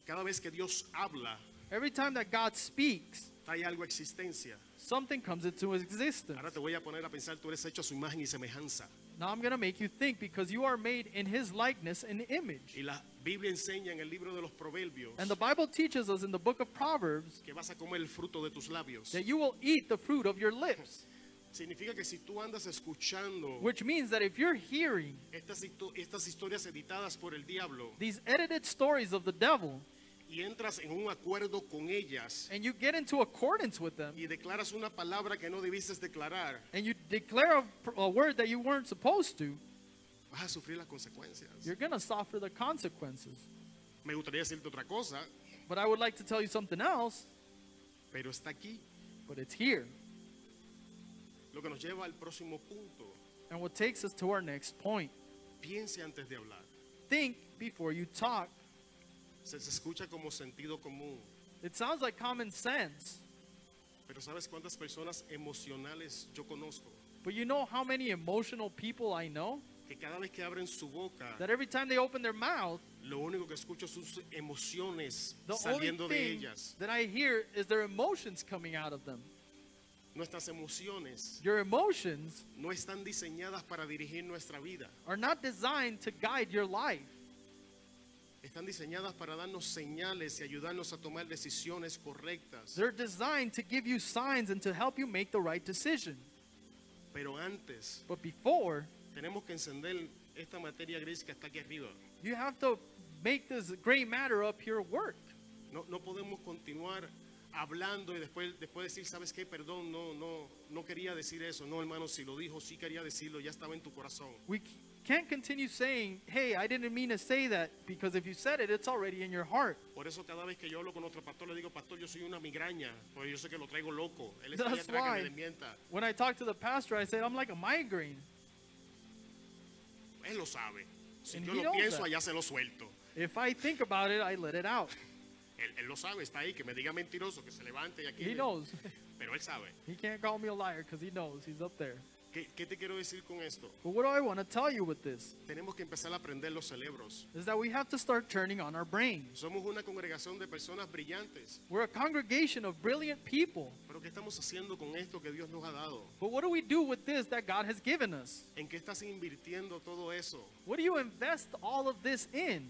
[SPEAKER 1] Cada vez que Dios habla,
[SPEAKER 2] Every time that God speaks,
[SPEAKER 1] trae algo a existencia.
[SPEAKER 2] something comes into existence.
[SPEAKER 1] Ahora te voy a poner a pensar, tú eres hecho a su imagen y semejanza.
[SPEAKER 2] Now I'm going to make you think because you are made in his likeness and image.
[SPEAKER 1] Y la Biblia enseña en el libro de los Proverbios
[SPEAKER 2] And the Bible teaches us in the book of Proverbs
[SPEAKER 1] que vas a comer el fruto de tus labios.
[SPEAKER 2] that you will eat the fruit of your lips,
[SPEAKER 1] Significa que si tú andas escuchando
[SPEAKER 2] which means that if you're hearing
[SPEAKER 1] estas, histo- estas historias editadas por el diablo
[SPEAKER 2] these edited stories of the devil
[SPEAKER 1] y entras en un acuerdo con ellas
[SPEAKER 2] and you get into accordance with them
[SPEAKER 1] y declaras una palabra que no debiste declarar,
[SPEAKER 2] and you declare a, a word that you weren't supposed to,
[SPEAKER 1] vas a sufrir las consecuencias.
[SPEAKER 2] you're going to suffer the consequences.
[SPEAKER 1] Me gustaría decirte otra cosa,
[SPEAKER 2] But I would like to tell you something else,
[SPEAKER 1] pero está aquí,
[SPEAKER 2] but it's here.
[SPEAKER 1] lo que nos lleva al próximo punto.
[SPEAKER 2] And what takes us to our next point
[SPEAKER 1] Piense antes de hablar.
[SPEAKER 2] think before you talk.
[SPEAKER 1] Se, se escucha como sentido común,
[SPEAKER 2] It sounds like common sense.
[SPEAKER 1] pero ¿sabes cuántas personas emocionales yo conozco?
[SPEAKER 2] But you know how many emotional people I know?
[SPEAKER 1] Que cada vez que abren su boca,
[SPEAKER 2] That every time they open their mouth,
[SPEAKER 1] lo único que escucho son sus emociones
[SPEAKER 2] the only
[SPEAKER 1] saliendo de
[SPEAKER 2] thing
[SPEAKER 1] ellas.
[SPEAKER 2] that I hear is their emotions coming out of them.
[SPEAKER 1] Nuestras emociones
[SPEAKER 2] Your emotions
[SPEAKER 1] no están diseñadas para dirigir nuestra vida,
[SPEAKER 2] are not designed to guide your life.
[SPEAKER 1] están diseñadas para darnos señales y ayudarnos a tomar decisiones correctas.
[SPEAKER 2] They're designed to give you signs and to help you make the right decision.
[SPEAKER 1] Pero antes,
[SPEAKER 2] But before,
[SPEAKER 1] tenemos que encender esta materia gris que está aquí arriba.
[SPEAKER 2] you have to make this gray matter up here work.
[SPEAKER 1] No, no podemos continuar hablando y después, después decir, ¿sabes qué? Perdón, no, no, no quería decir eso. No, hermano, si lo dijo, sí quería decirlo, ya estaba en tu corazón.
[SPEAKER 2] We c- can't continue saying, hey, I didn't mean to say that, because if you said it, it's already in your heart.
[SPEAKER 1] Por eso cada vez que yo hablo con nuestro pastor, le digo, pastor, yo soy una migraña, porque yo sé que lo traigo loco. Él está allá
[SPEAKER 2] That's
[SPEAKER 1] atrás que me
[SPEAKER 2] why.
[SPEAKER 1] desmienta.
[SPEAKER 2] When I talk to the pastor, I say, I'm like a migraine.
[SPEAKER 1] Él lo sabe. Si
[SPEAKER 2] And
[SPEAKER 1] yo
[SPEAKER 2] he
[SPEAKER 1] lo
[SPEAKER 2] knows
[SPEAKER 1] pienso,
[SPEAKER 2] that.
[SPEAKER 1] allá se lo suelto.
[SPEAKER 2] If I think about it, I let it out.
[SPEAKER 1] Él, él lo sabe, está ahí, que me diga mentiroso, que se levante y aquí.
[SPEAKER 2] He
[SPEAKER 1] le-
[SPEAKER 2] knows.
[SPEAKER 1] Pero él sabe.
[SPEAKER 2] He can't call me a liar because he knows he's up there.
[SPEAKER 1] ¿Qué, ¿Qué te quiero decir con esto?
[SPEAKER 2] But what do I want to tell you with this?
[SPEAKER 1] Tenemos que empezar a aprender los cerebros.
[SPEAKER 2] Is that we have to start turning on our brains.
[SPEAKER 1] Somos una congregación de personas brillantes.
[SPEAKER 2] We're a congregation of brilliant people.
[SPEAKER 1] Pero ¿qué estamos haciendo con esto que Dios nos ha dado?
[SPEAKER 2] But what do we do with this that God has given us?
[SPEAKER 1] ¿En qué estás invirtiendo todo eso?
[SPEAKER 2] What do you invest all of this in?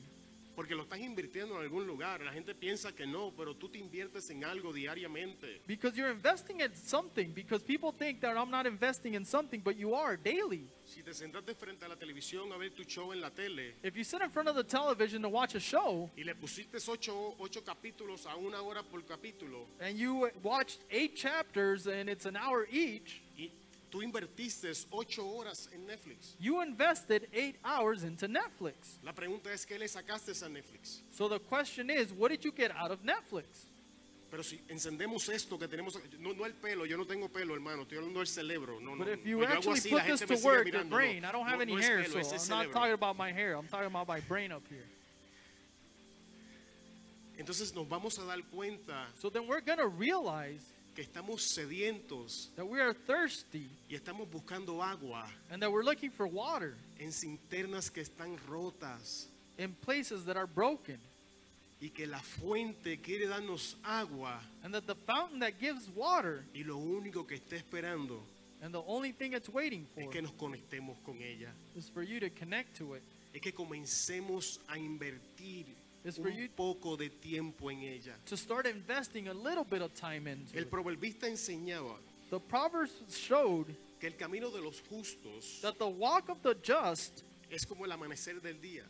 [SPEAKER 1] Porque lo estás invirtiendo en algún lugar. La gente piensa que no, pero tú te inviertes en algo diariamente.
[SPEAKER 2] Because you're investing in something, because people think that I'm not investing in something, but you are daily.
[SPEAKER 1] Si te sentaste frente a la televisión a ver tu show en la tele
[SPEAKER 2] If you sit in front of the television to watch a show
[SPEAKER 1] y le pusiste ocho, ocho capítulos a una hora por capítulo
[SPEAKER 2] and you watched eight chapters and it's an hour each,
[SPEAKER 1] y tú invertiste ocho horas en Netflix.
[SPEAKER 2] you invested eight hours into Netflix.
[SPEAKER 1] La pregunta es, ¿qué le sacaste a Netflix?
[SPEAKER 2] So the question is, what did you get out of Netflix?
[SPEAKER 1] Pero si encendemos esto que tenemos, no, no el pelo, yo no tengo pelo, hermano, estoy hablando del cerebro. No, no,
[SPEAKER 2] But if
[SPEAKER 1] no,
[SPEAKER 2] you
[SPEAKER 1] yo hago
[SPEAKER 2] actually
[SPEAKER 1] así, la
[SPEAKER 2] put this
[SPEAKER 1] gente me
[SPEAKER 2] to
[SPEAKER 1] sigue
[SPEAKER 2] work, your
[SPEAKER 1] mirando, no,
[SPEAKER 2] brain, I don't
[SPEAKER 1] no,
[SPEAKER 2] have any
[SPEAKER 1] no es
[SPEAKER 2] hair,
[SPEAKER 1] pelo,
[SPEAKER 2] so
[SPEAKER 1] ese
[SPEAKER 2] I'm not
[SPEAKER 1] cerebro.
[SPEAKER 2] talking about my hair. I'm talking about my brain up here.
[SPEAKER 1] Entonces nos vamos a dar cuenta
[SPEAKER 2] So then we're going to realize
[SPEAKER 1] que estamos sedientos
[SPEAKER 2] that we are thirsty
[SPEAKER 1] y estamos buscando agua
[SPEAKER 2] and that we're looking for water
[SPEAKER 1] en cinternas que están rotas
[SPEAKER 2] in places that are broken
[SPEAKER 1] y que la fuente quiere darnos agua
[SPEAKER 2] and that the fountain that gives water
[SPEAKER 1] y lo único que está esperando
[SPEAKER 2] and the only thing it's waiting
[SPEAKER 1] es
[SPEAKER 2] for
[SPEAKER 1] que nos conectemos con ella.
[SPEAKER 2] is for you to connect to it.
[SPEAKER 1] Es que comencemos a invertir
[SPEAKER 2] It's for
[SPEAKER 1] un
[SPEAKER 2] you-
[SPEAKER 1] poco de tiempo en ella.
[SPEAKER 2] to start investing a little bit of time into
[SPEAKER 1] El
[SPEAKER 2] it.
[SPEAKER 1] proverbista enseñaba
[SPEAKER 2] The Proverbs showed
[SPEAKER 1] que el camino de los justos
[SPEAKER 2] that the walk of the just,
[SPEAKER 1] es como el amanecer del día,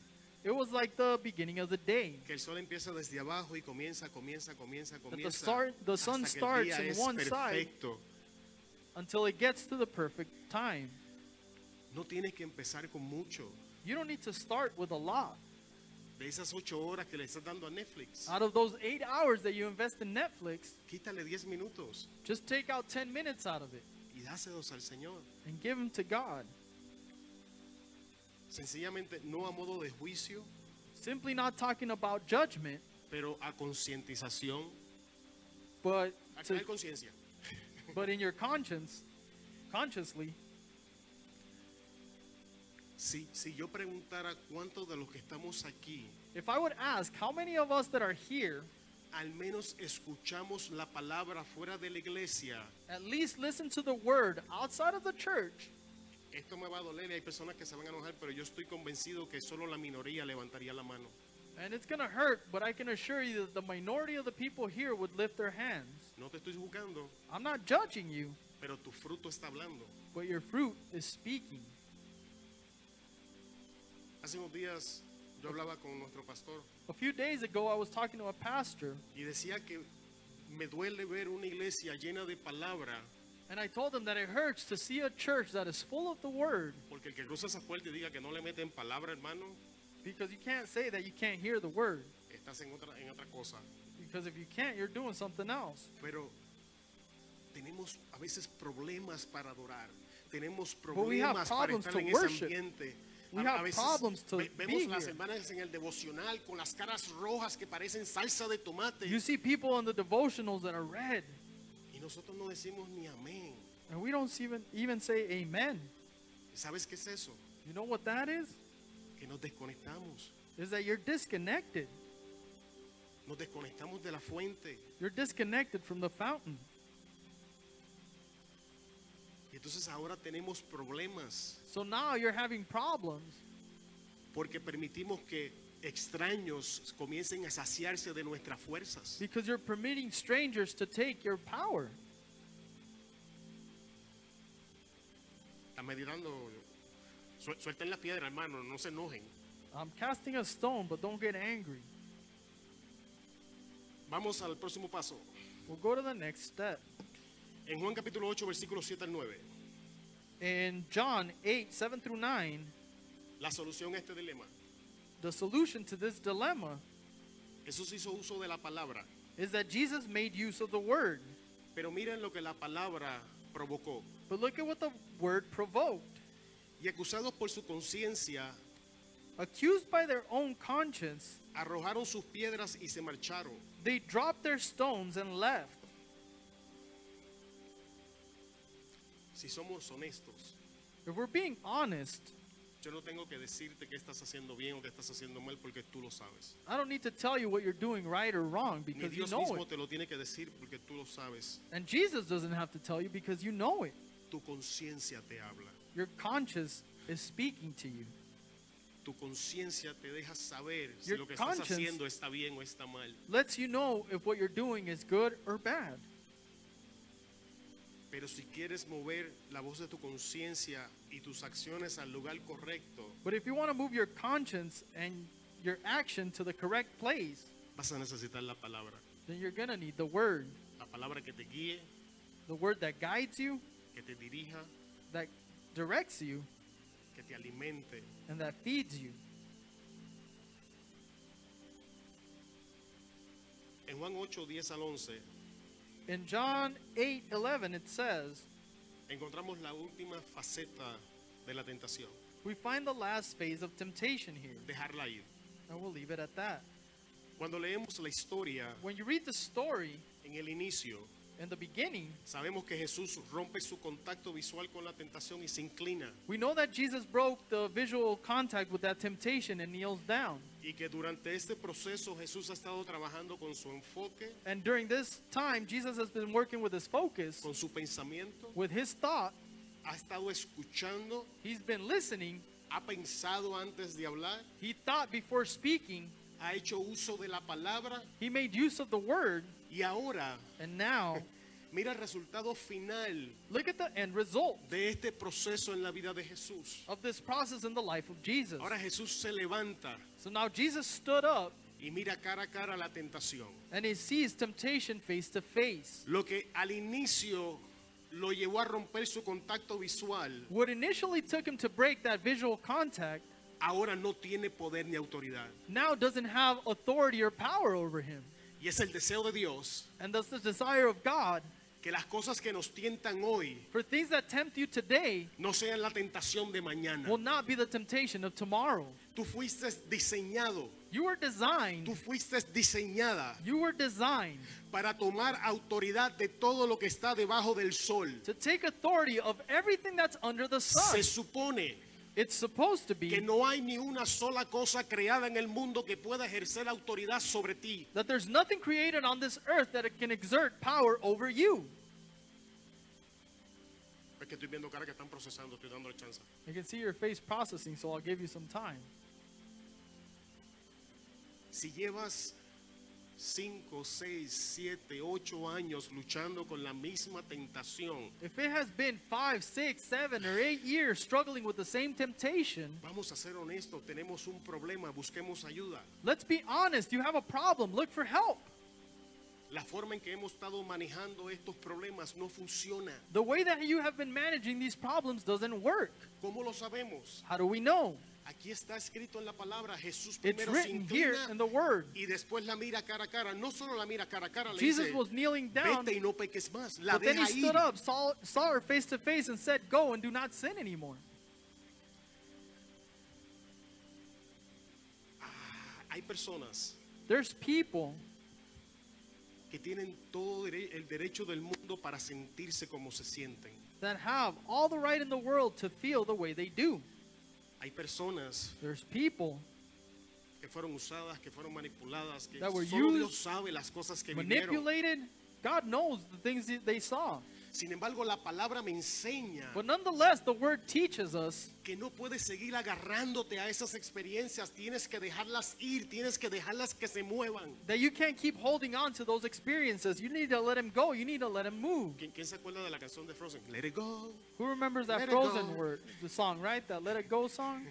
[SPEAKER 2] it was like the beginning of the day.
[SPEAKER 1] que el sol empieza desde abajo y comienza, comienza, comienza, comienza.
[SPEAKER 2] star- the sun
[SPEAKER 1] hasta que el día
[SPEAKER 2] starts in
[SPEAKER 1] es
[SPEAKER 2] one side.
[SPEAKER 1] perfecto.
[SPEAKER 2] until it gets to the perfect time.
[SPEAKER 1] No tienes que empezar con mucho.
[SPEAKER 2] You don't need to start with a lot.
[SPEAKER 1] De esas ocho horas que le estás dando a Netflix,
[SPEAKER 2] Out of those eight hours that you invest in Netflix,
[SPEAKER 1] quítale 10 minutos
[SPEAKER 2] just take out 10 minutes out of it
[SPEAKER 1] y dáselos al Señor.
[SPEAKER 2] and give them to God.
[SPEAKER 1] sencillamente no a modo de juicio,
[SPEAKER 2] Simply not talking about judgment,
[SPEAKER 1] pero a concientización,
[SPEAKER 2] but
[SPEAKER 1] a
[SPEAKER 2] to,
[SPEAKER 1] crear conciencia.
[SPEAKER 2] but in your conscience, consciously.
[SPEAKER 1] Si, si yo preguntara cuántos de los que estamos aquí
[SPEAKER 2] If I would ask how many of us that are here
[SPEAKER 1] al menos escuchamos la palabra fuera de la iglesia,
[SPEAKER 2] at least listen to the word outside of the church,
[SPEAKER 1] esto me va a doler y hay personas que se van a enojar, pero yo estoy convencido que solo la minoría levantaría la mano.
[SPEAKER 2] and it's gonna hurt, but I can assure you that the minority of the people here would lift their hands.
[SPEAKER 1] No te estoy juzgando,
[SPEAKER 2] I'm not judging you,
[SPEAKER 1] pero tu fruto está hablando.
[SPEAKER 2] but your fruit is speaking.
[SPEAKER 1] Hace unos días yo hablaba con nuestro pastor
[SPEAKER 2] A few days ago, I was talking to a pastor,
[SPEAKER 1] y decía que me duele ver una iglesia llena de palabra,
[SPEAKER 2] and I told him that it hurts to see a church that is full of the word,
[SPEAKER 1] porque el que cruza esa puerta y diga que no le meten palabra, hermano,
[SPEAKER 2] because you can't say that you can't hear the word,
[SPEAKER 1] estás en otra, en otra cosa.
[SPEAKER 2] because if you can't, you're doing something else.
[SPEAKER 1] Pero tenemos a veces problemas para adorar, tenemos
[SPEAKER 2] have
[SPEAKER 1] problemas para
[SPEAKER 2] problems
[SPEAKER 1] estar
[SPEAKER 2] to
[SPEAKER 1] en ese
[SPEAKER 2] worship.
[SPEAKER 1] ambiente.
[SPEAKER 2] We
[SPEAKER 1] A- a
[SPEAKER 2] have
[SPEAKER 1] veces
[SPEAKER 2] problems to
[SPEAKER 1] ve-
[SPEAKER 2] be
[SPEAKER 1] vemos las
[SPEAKER 2] here.
[SPEAKER 1] hermanas en el devocional con las caras rojas que parecen salsa de tomate
[SPEAKER 2] You see people in the devotionals that are red,
[SPEAKER 1] y nosotros no decimos ni amén.
[SPEAKER 2] and we don't even even say amen.
[SPEAKER 1] ¿Sabes qué es eso?
[SPEAKER 2] You know what that is?
[SPEAKER 1] Que nos desconectamos.
[SPEAKER 2] Is that you're disconnected.
[SPEAKER 1] Nos desconectamos de la fuente.
[SPEAKER 2] You're disconnected from the fountain.
[SPEAKER 1] Y entonces ahora tenemos problemas
[SPEAKER 2] So now you're having problems
[SPEAKER 1] porque permitimos que extraños comiencen a saciarse de nuestras fuerzas.
[SPEAKER 2] because you're permitting strangers to take your power.
[SPEAKER 1] Están meditando. Suel- Suelten la piedra, hermano, no se enojen.
[SPEAKER 2] I'm casting a stone, but don't get angry.
[SPEAKER 1] Vamos al próximo paso.
[SPEAKER 2] We'll go to the next step.
[SPEAKER 1] En Juan capítulo 8, versículo 7 al 9.
[SPEAKER 2] In John 8, 7 through 9,
[SPEAKER 1] La solución a este dilema.
[SPEAKER 2] the solution to this dilemma
[SPEAKER 1] Jesús hizo uso de la palabra.
[SPEAKER 2] is that Jesus made use of the word.
[SPEAKER 1] Pero miren lo que la palabra provocó.
[SPEAKER 2] But look at what the word provoked.
[SPEAKER 1] Y acusados por su conciencia,
[SPEAKER 2] Accused by their own conscience,
[SPEAKER 1] arrojaron sus piedras y se marcharon.
[SPEAKER 2] they dropped their stones and left.
[SPEAKER 1] Si somos honestos,
[SPEAKER 2] If we're being honest,
[SPEAKER 1] yo no tengo que decirte qué estás haciendo bien o qué estás haciendo mal porque tú lo sabes.
[SPEAKER 2] I don't need to tell you what you're doing right or wrong
[SPEAKER 1] Ni
[SPEAKER 2] because you
[SPEAKER 1] Dios
[SPEAKER 2] know
[SPEAKER 1] mismo
[SPEAKER 2] it.
[SPEAKER 1] te lo tiene que decir porque tú lo sabes.
[SPEAKER 2] And Jesus doesn't have to tell you because you know it.
[SPEAKER 1] Tu conciencia te habla.
[SPEAKER 2] Your conscience is speaking to you.
[SPEAKER 1] Tu conciencia te deja saber si
[SPEAKER 2] Your
[SPEAKER 1] lo que estás
[SPEAKER 2] conscience-
[SPEAKER 1] haciendo está bien o está mal.
[SPEAKER 2] Lets you know if what you're doing is good or bad.
[SPEAKER 1] Pero si quieres mover la voz de tu conciencia y tus acciones al lugar correcto,
[SPEAKER 2] But if you want to move your conscience and your action to the correct place,
[SPEAKER 1] vas a necesitar la palabra.
[SPEAKER 2] then you're going to need the word.
[SPEAKER 1] La palabra que te guíe,
[SPEAKER 2] The word that guides you,
[SPEAKER 1] que te dirija,
[SPEAKER 2] that directs you,
[SPEAKER 1] que te alimente.
[SPEAKER 2] and that feeds you.
[SPEAKER 1] En Juan 8, 10 al 11,
[SPEAKER 2] In John 8 11, it says,
[SPEAKER 1] encontramos la última faceta de la tentación.
[SPEAKER 2] We find the last phase of temptation here.
[SPEAKER 1] Dejarla ir.
[SPEAKER 2] And we'll leave it at that.
[SPEAKER 1] Cuando leemos la historia
[SPEAKER 2] When you read the story
[SPEAKER 1] en el inicio,
[SPEAKER 2] in the beginning,
[SPEAKER 1] sabemos que Jesús rompe su contacto visual con la tentación y se inclina.
[SPEAKER 2] we know that Jesus broke the visual contact with that temptation and kneels down.
[SPEAKER 1] Y que durante este proceso Jesús ha estado trabajando con su enfoque,
[SPEAKER 2] And during this time, Jesus has been working with his focus,
[SPEAKER 1] con su pensamiento,
[SPEAKER 2] with his thought.
[SPEAKER 1] ha estado escuchando,
[SPEAKER 2] He's been listening.
[SPEAKER 1] ha pensado antes de hablar,
[SPEAKER 2] He thought before speaking.
[SPEAKER 1] ha hecho uso de la palabra
[SPEAKER 2] He made use of the word.
[SPEAKER 1] y ahora
[SPEAKER 2] And now,
[SPEAKER 1] mira el resultado final
[SPEAKER 2] look at the end result
[SPEAKER 1] de este proceso en la vida de Jesús.
[SPEAKER 2] of this process in the life of Jesus.
[SPEAKER 1] Ahora Jesús se levanta
[SPEAKER 2] So now Jesus stood up
[SPEAKER 1] y mira cara a cara la tentación.
[SPEAKER 2] and he sees temptation face to face.
[SPEAKER 1] Lo que al inicio lo llevó a romper su contacto visual,
[SPEAKER 2] What initially took him to break that visual contact
[SPEAKER 1] ahora no tiene poder ni autoridad.
[SPEAKER 2] now doesn't have authority or power over him.
[SPEAKER 1] Y es el deseo de Dios
[SPEAKER 2] And that's the desire of God
[SPEAKER 1] que las cosas que nos tientan hoy
[SPEAKER 2] For things that tempt you today
[SPEAKER 1] no sean la tentación de mañana.
[SPEAKER 2] will not be the temptation of tomorrow.
[SPEAKER 1] Tú fuiste diseñado,
[SPEAKER 2] You were designed.
[SPEAKER 1] tú fuiste diseñada
[SPEAKER 2] You were designed
[SPEAKER 1] para tomar autoridad de todo lo que está debajo del sol.
[SPEAKER 2] to take authority of everything that's under the sun.
[SPEAKER 1] Se supone
[SPEAKER 2] It's supposed to
[SPEAKER 1] que
[SPEAKER 2] be
[SPEAKER 1] no hay ni una sola cosa creada en el mundo que pueda ejercer autoridad sobre ti.
[SPEAKER 2] that there's nothing created on this earth that it can exert power over you.
[SPEAKER 1] Es que estoy viendo cara que están procesando, estoy dándole chance.
[SPEAKER 2] I can see your face processing, so I'll give you some time.
[SPEAKER 1] Si llevas 5, 6, 7, 8 años luchando con la misma tentación,
[SPEAKER 2] If it has been five, six, seven, or eight years struggling with the same temptation,
[SPEAKER 1] vamos a ser honestos, tenemos un problema, busquemos ayuda.
[SPEAKER 2] let's be honest, you have a problem. Look for help.
[SPEAKER 1] La forma en que hemos estado manejando estos problemas no funciona.
[SPEAKER 2] The way that you have been managing these problems doesn't work.
[SPEAKER 1] ¿Cómo lo sabemos?
[SPEAKER 2] How do we know?
[SPEAKER 1] Aquí está escrito en la palabra, Jesús
[SPEAKER 2] It's
[SPEAKER 1] primero se
[SPEAKER 2] written here
[SPEAKER 1] inclina
[SPEAKER 2] in the Word.
[SPEAKER 1] y después la mira cara a cara. No solo la mira cara a cara, le
[SPEAKER 2] Jesus
[SPEAKER 1] dice,
[SPEAKER 2] was kneeling down,
[SPEAKER 1] vete y no peques más. La
[SPEAKER 2] but then
[SPEAKER 1] deja
[SPEAKER 2] he
[SPEAKER 1] ahí.
[SPEAKER 2] stood up, saw, saw her face to face, and said, Go and do not sin anymore.
[SPEAKER 1] Hay personas
[SPEAKER 2] There's people
[SPEAKER 1] que tienen todo dere- el derecho del mundo para sentirse como se sienten.
[SPEAKER 2] that have all the right in the world to feel the way they do.
[SPEAKER 1] Hay personas
[SPEAKER 2] There's people
[SPEAKER 1] que fueron usadas, que fueron manipuladas, que
[SPEAKER 2] That were
[SPEAKER 1] solo
[SPEAKER 2] used,
[SPEAKER 1] Dios sabe las cosas que vivieron.
[SPEAKER 2] manipulated. God knows the things that they saw.
[SPEAKER 1] Sin embargo, la palabra me enseña
[SPEAKER 2] But nonetheless, the word teaches us
[SPEAKER 1] que no puedes seguir agarrándote a esas experiencias, tienes que dejarlas ir, tienes que dejarlas que se muevan.
[SPEAKER 2] that you can't keep holding on to those experiences. You need to let him go. You need to let him move.
[SPEAKER 1] ¿Quién, quién se acuerda de la canción de Frozen? Let it go.
[SPEAKER 2] Who remembers that
[SPEAKER 1] Let it go.
[SPEAKER 2] Frozen word, the song, right? That Let It Go song?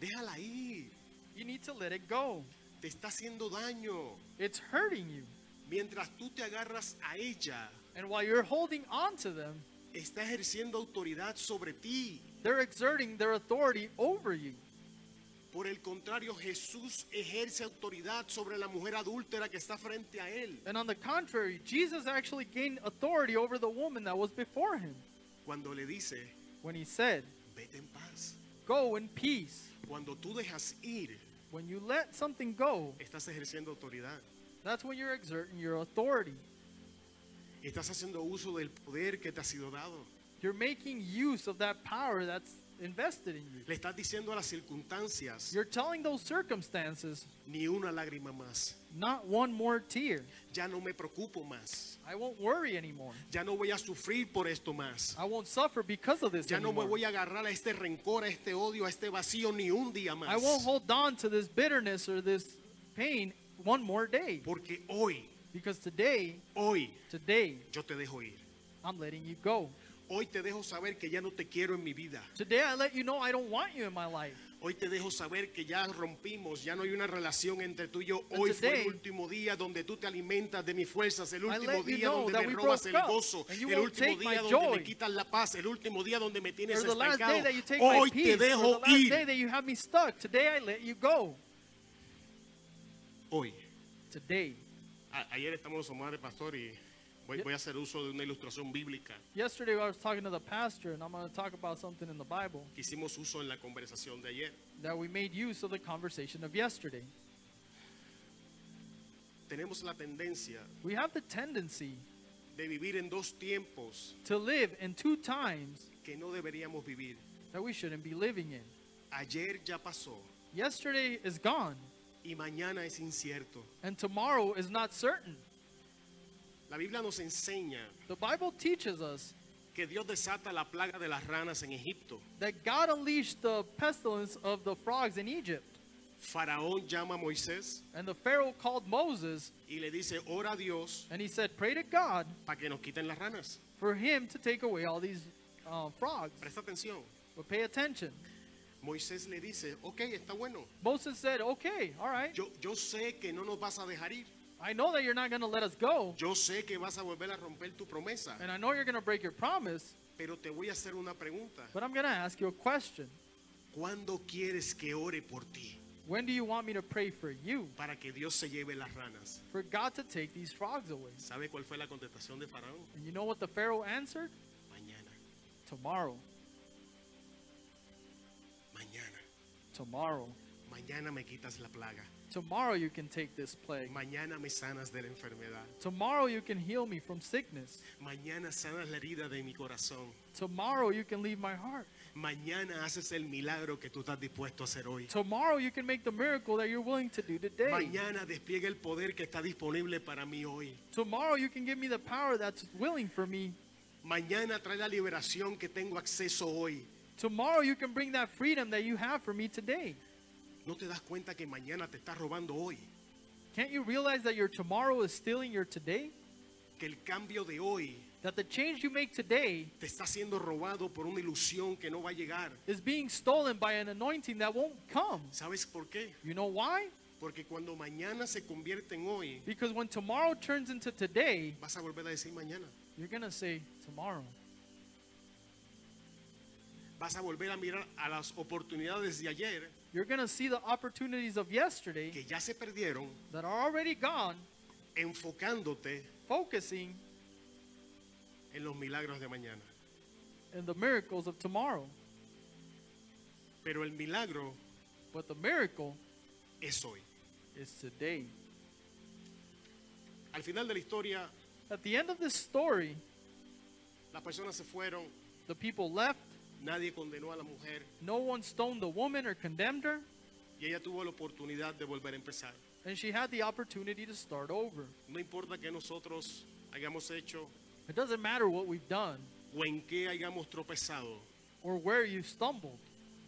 [SPEAKER 1] Déjala ir.
[SPEAKER 2] You need to let it go.
[SPEAKER 1] Te está haciendo daño.
[SPEAKER 2] It's hurting you.
[SPEAKER 1] Mientras tú te agarras a ella,
[SPEAKER 2] And while you're holding on to them,
[SPEAKER 1] está ejerciendo autoridad sobre ti.
[SPEAKER 2] they're exerting their authority over you.
[SPEAKER 1] Por el contrario, Jesús ejerce autoridad sobre la mujer adúltera que está frente a él.
[SPEAKER 2] And on the contrary, Jesus actually gained authority over the woman that was before him
[SPEAKER 1] Cuando le dice,
[SPEAKER 2] when he said,
[SPEAKER 1] vete en paz.
[SPEAKER 2] Go in peace.
[SPEAKER 1] Cuando tú dejas ir,
[SPEAKER 2] When you let something go,
[SPEAKER 1] estás ejerciendo autoridad.
[SPEAKER 2] that's when you're exerting your authority.
[SPEAKER 1] Estás haciendo uso del poder que te ha sido dado.
[SPEAKER 2] You're making use of that power that's invested in you.
[SPEAKER 1] Le estás diciendo a las circunstancias,
[SPEAKER 2] You're telling those circumstances,
[SPEAKER 1] ni una lágrima más.
[SPEAKER 2] not one more tear.
[SPEAKER 1] Ya no me preocupo más.
[SPEAKER 2] I won't worry anymore.
[SPEAKER 1] Ya no voy a sufrir por esto más.
[SPEAKER 2] I won't suffer because of this
[SPEAKER 1] Ya no me
[SPEAKER 2] anymore.
[SPEAKER 1] voy a agarrar a este rencor, a este odio, a este vacío ni un día
[SPEAKER 2] I
[SPEAKER 1] más.
[SPEAKER 2] won't hold on to this bitterness or this pain one more day.
[SPEAKER 1] Porque hoy,
[SPEAKER 2] Because today,
[SPEAKER 1] hoy,
[SPEAKER 2] today,
[SPEAKER 1] yo te dejo ir.
[SPEAKER 2] I'm letting you go.
[SPEAKER 1] Hoy te dejo saber que ya no te quiero en mi vida.
[SPEAKER 2] Today, I let you know I don't want you in my life.
[SPEAKER 1] Hoy te dejo saber que ya rompimos, ya no hay una relación entre tú y yo.
[SPEAKER 2] And
[SPEAKER 1] Hoy fue el
[SPEAKER 2] today,
[SPEAKER 1] último día donde tú te alimentas de mis fuerzas, el
[SPEAKER 2] I let
[SPEAKER 1] último
[SPEAKER 2] you
[SPEAKER 1] día
[SPEAKER 2] know
[SPEAKER 1] donde
[SPEAKER 2] that
[SPEAKER 1] me
[SPEAKER 2] we
[SPEAKER 1] robas
[SPEAKER 2] broke
[SPEAKER 1] el
[SPEAKER 2] up,
[SPEAKER 1] gozo,
[SPEAKER 2] and you
[SPEAKER 1] el
[SPEAKER 2] won't
[SPEAKER 1] último
[SPEAKER 2] take my
[SPEAKER 1] día donde me
[SPEAKER 2] joy.
[SPEAKER 1] quitas la paz, el último día donde me tienes
[SPEAKER 2] Or the last day
[SPEAKER 1] estancado.
[SPEAKER 2] that you take my
[SPEAKER 1] Hoy te
[SPEAKER 2] peace. Or the
[SPEAKER 1] dejo
[SPEAKER 2] last day
[SPEAKER 1] ir.
[SPEAKER 2] that you have me stuck. Today, I let you go.
[SPEAKER 1] Hoy.
[SPEAKER 2] Today.
[SPEAKER 1] A- ayer estamos los hombres, pastor, y voy, voy a hacer uso de una ilustración bíblica
[SPEAKER 2] Yesterday, I was talking to the pastor, and I'm going to talk about something in the Bible
[SPEAKER 1] que hicimos uso en la conversación de ayer.
[SPEAKER 2] that we made use of the conversation of yesterday.
[SPEAKER 1] Tenemos la tendencia
[SPEAKER 2] We have the tendency
[SPEAKER 1] de vivir en dos tiempos
[SPEAKER 2] to live in two times
[SPEAKER 1] que no deberíamos vivir.
[SPEAKER 2] that we shouldn't be living in.
[SPEAKER 1] Ayer ya pasó
[SPEAKER 2] Yesterday is gone,
[SPEAKER 1] y mañana es incierto.
[SPEAKER 2] and tomorrow is not certain.
[SPEAKER 1] La Biblia nos enseña
[SPEAKER 2] The Bible teaches us
[SPEAKER 1] que Dios desata la plaga de las ranas en Egipto.
[SPEAKER 2] that God unleashed the pestilence of the frogs in Egypt,
[SPEAKER 1] Faraón llama a Moisés
[SPEAKER 2] and the Pharaoh called Moses,
[SPEAKER 1] y le dice, ora a Dios
[SPEAKER 2] and he said, Pray to God
[SPEAKER 1] para que nos quiten las ranas.
[SPEAKER 2] for him to take away all these uh, frogs.
[SPEAKER 1] Presta atención.
[SPEAKER 2] But pay attention.
[SPEAKER 1] Moisés le dice, ok, está bueno.
[SPEAKER 2] Moses said, Okay, all right.
[SPEAKER 1] Yo, yo sé que no nos vas a dejar ir.
[SPEAKER 2] I know that you're not going to let us go,
[SPEAKER 1] Yo sé que vas a volver a romper tu promesa.
[SPEAKER 2] and I know you're going to break your promise,
[SPEAKER 1] Pero te voy a hacer una pregunta.
[SPEAKER 2] but I'm going to ask you a question.
[SPEAKER 1] ¿Cuándo quieres que ore por ti?
[SPEAKER 2] When do you want me to pray for you?
[SPEAKER 1] para que Dios se lleve las ranas.
[SPEAKER 2] For God to take these frogs away.
[SPEAKER 1] ¿Sabe cuál fue la contestación de Faraón?
[SPEAKER 2] And you know what the Pharaoh answered?
[SPEAKER 1] Mañana,
[SPEAKER 2] Tomorrow.
[SPEAKER 1] mañana,
[SPEAKER 2] Tomorrow.
[SPEAKER 1] mañana me quitas la plaga,
[SPEAKER 2] Tomorrow you can take this plague.
[SPEAKER 1] mañana me sanas de la enfermedad,
[SPEAKER 2] Tomorrow you can heal me from sickness.
[SPEAKER 1] mañana sanas la herida de mi corazón,
[SPEAKER 2] Tomorrow you can leave my heart.
[SPEAKER 1] mañana haces el milagro que tú estás dispuesto a hacer hoy,
[SPEAKER 2] Tomorrow you can make the miracle that you're willing to do today.
[SPEAKER 1] mañana despliega el poder que está disponible para mí hoy,
[SPEAKER 2] Tomorrow you can give me the power that's willing for me.
[SPEAKER 1] mañana trae la liberación que tengo acceso hoy.
[SPEAKER 2] Tomorrow you can bring that freedom that you have for me today.
[SPEAKER 1] ¿No te das cuenta que mañana te está robando hoy?
[SPEAKER 2] Can't you realize that your tomorrow is stealing your today?
[SPEAKER 1] Que el cambio de hoy
[SPEAKER 2] That the change you make today
[SPEAKER 1] te está siendo robado por una ilusión que no va a llegar.
[SPEAKER 2] is being stolen by an anointing that won't come.
[SPEAKER 1] ¿Sabes por qué?
[SPEAKER 2] You know why?
[SPEAKER 1] Porque cuando mañana se convierte en hoy,
[SPEAKER 2] Because when tomorrow turns into today,
[SPEAKER 1] vas a volver a decir mañana.
[SPEAKER 2] you're going to say tomorrow.
[SPEAKER 1] Vas a volver a mirar a las oportunidades de ayer
[SPEAKER 2] You're going to see the opportunities of yesterday
[SPEAKER 1] que ya se perdieron,
[SPEAKER 2] that are already gone,
[SPEAKER 1] enfocándote
[SPEAKER 2] focusing
[SPEAKER 1] en los milagros de mañana.
[SPEAKER 2] in the miracles of tomorrow.
[SPEAKER 1] Pero el milagro
[SPEAKER 2] But the miracle
[SPEAKER 1] es hoy.
[SPEAKER 2] is today.
[SPEAKER 1] Al final de la historia,
[SPEAKER 2] At the end of this story,
[SPEAKER 1] las personas se fueron,
[SPEAKER 2] the people left.
[SPEAKER 1] nadie condenó a la mujer
[SPEAKER 2] No one stoned the woman or condemned her,
[SPEAKER 1] y ella tuvo la oportunidad de volver a empezar.
[SPEAKER 2] and she had the opportunity to start over.
[SPEAKER 1] No importa que nosotros hayamos hecho
[SPEAKER 2] It doesn't matter what we've done
[SPEAKER 1] o en qué hayamos tropezado,
[SPEAKER 2] or where you stumbled,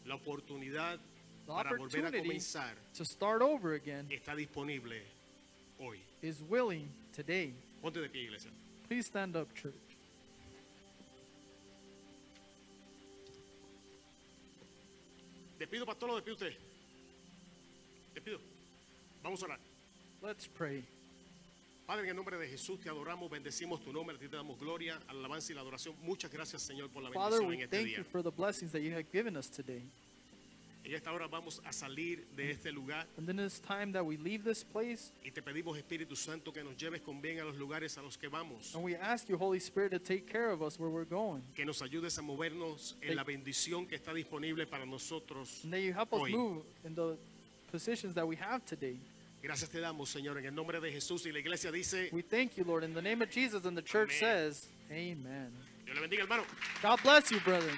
[SPEAKER 1] la oportunidad
[SPEAKER 2] the
[SPEAKER 1] para volver a
[SPEAKER 2] opportunity
[SPEAKER 1] comenzar
[SPEAKER 2] to start over again
[SPEAKER 1] está disponible hoy.
[SPEAKER 2] is willing today.
[SPEAKER 1] Ponte de pie, iglesia.
[SPEAKER 2] Please stand up, church.
[SPEAKER 1] Despido, pastor, lo despido usted. Despido. Vamos a orar.
[SPEAKER 2] Let's pray.
[SPEAKER 1] Padre, en el nombre de Jesús te adoramos, bendecimos tu nombre, a ti te damos gloria, alabanza y la adoración. Muchas gracias, Señor, por la
[SPEAKER 2] Father,
[SPEAKER 1] bendición en
[SPEAKER 2] we
[SPEAKER 1] este
[SPEAKER 2] thank
[SPEAKER 1] día.
[SPEAKER 2] you for the blessings that you have given us today.
[SPEAKER 1] En esta hora vamos a salir de este lugar
[SPEAKER 2] And in this time that we leave this place,
[SPEAKER 1] y te pedimos, Espíritu Santo, que nos lleves con bien a los lugares a los que vamos.
[SPEAKER 2] and we ask you, Holy Spirit, to take care of us where we're going.
[SPEAKER 1] Que nos ayudes a movernos en la bendición que está disponible para nosotros
[SPEAKER 2] And that you help us
[SPEAKER 1] hoy.
[SPEAKER 2] move in the positions that we have today.
[SPEAKER 1] Gracias te damos, Señor, en el nombre de Jesús. Y la iglesia dice,
[SPEAKER 2] We thank you, Lord. In the name of Jesus, and the
[SPEAKER 1] Amen.
[SPEAKER 2] church says, Amen.
[SPEAKER 1] Dios le bendiga, hermano.
[SPEAKER 2] God bless you, brethren.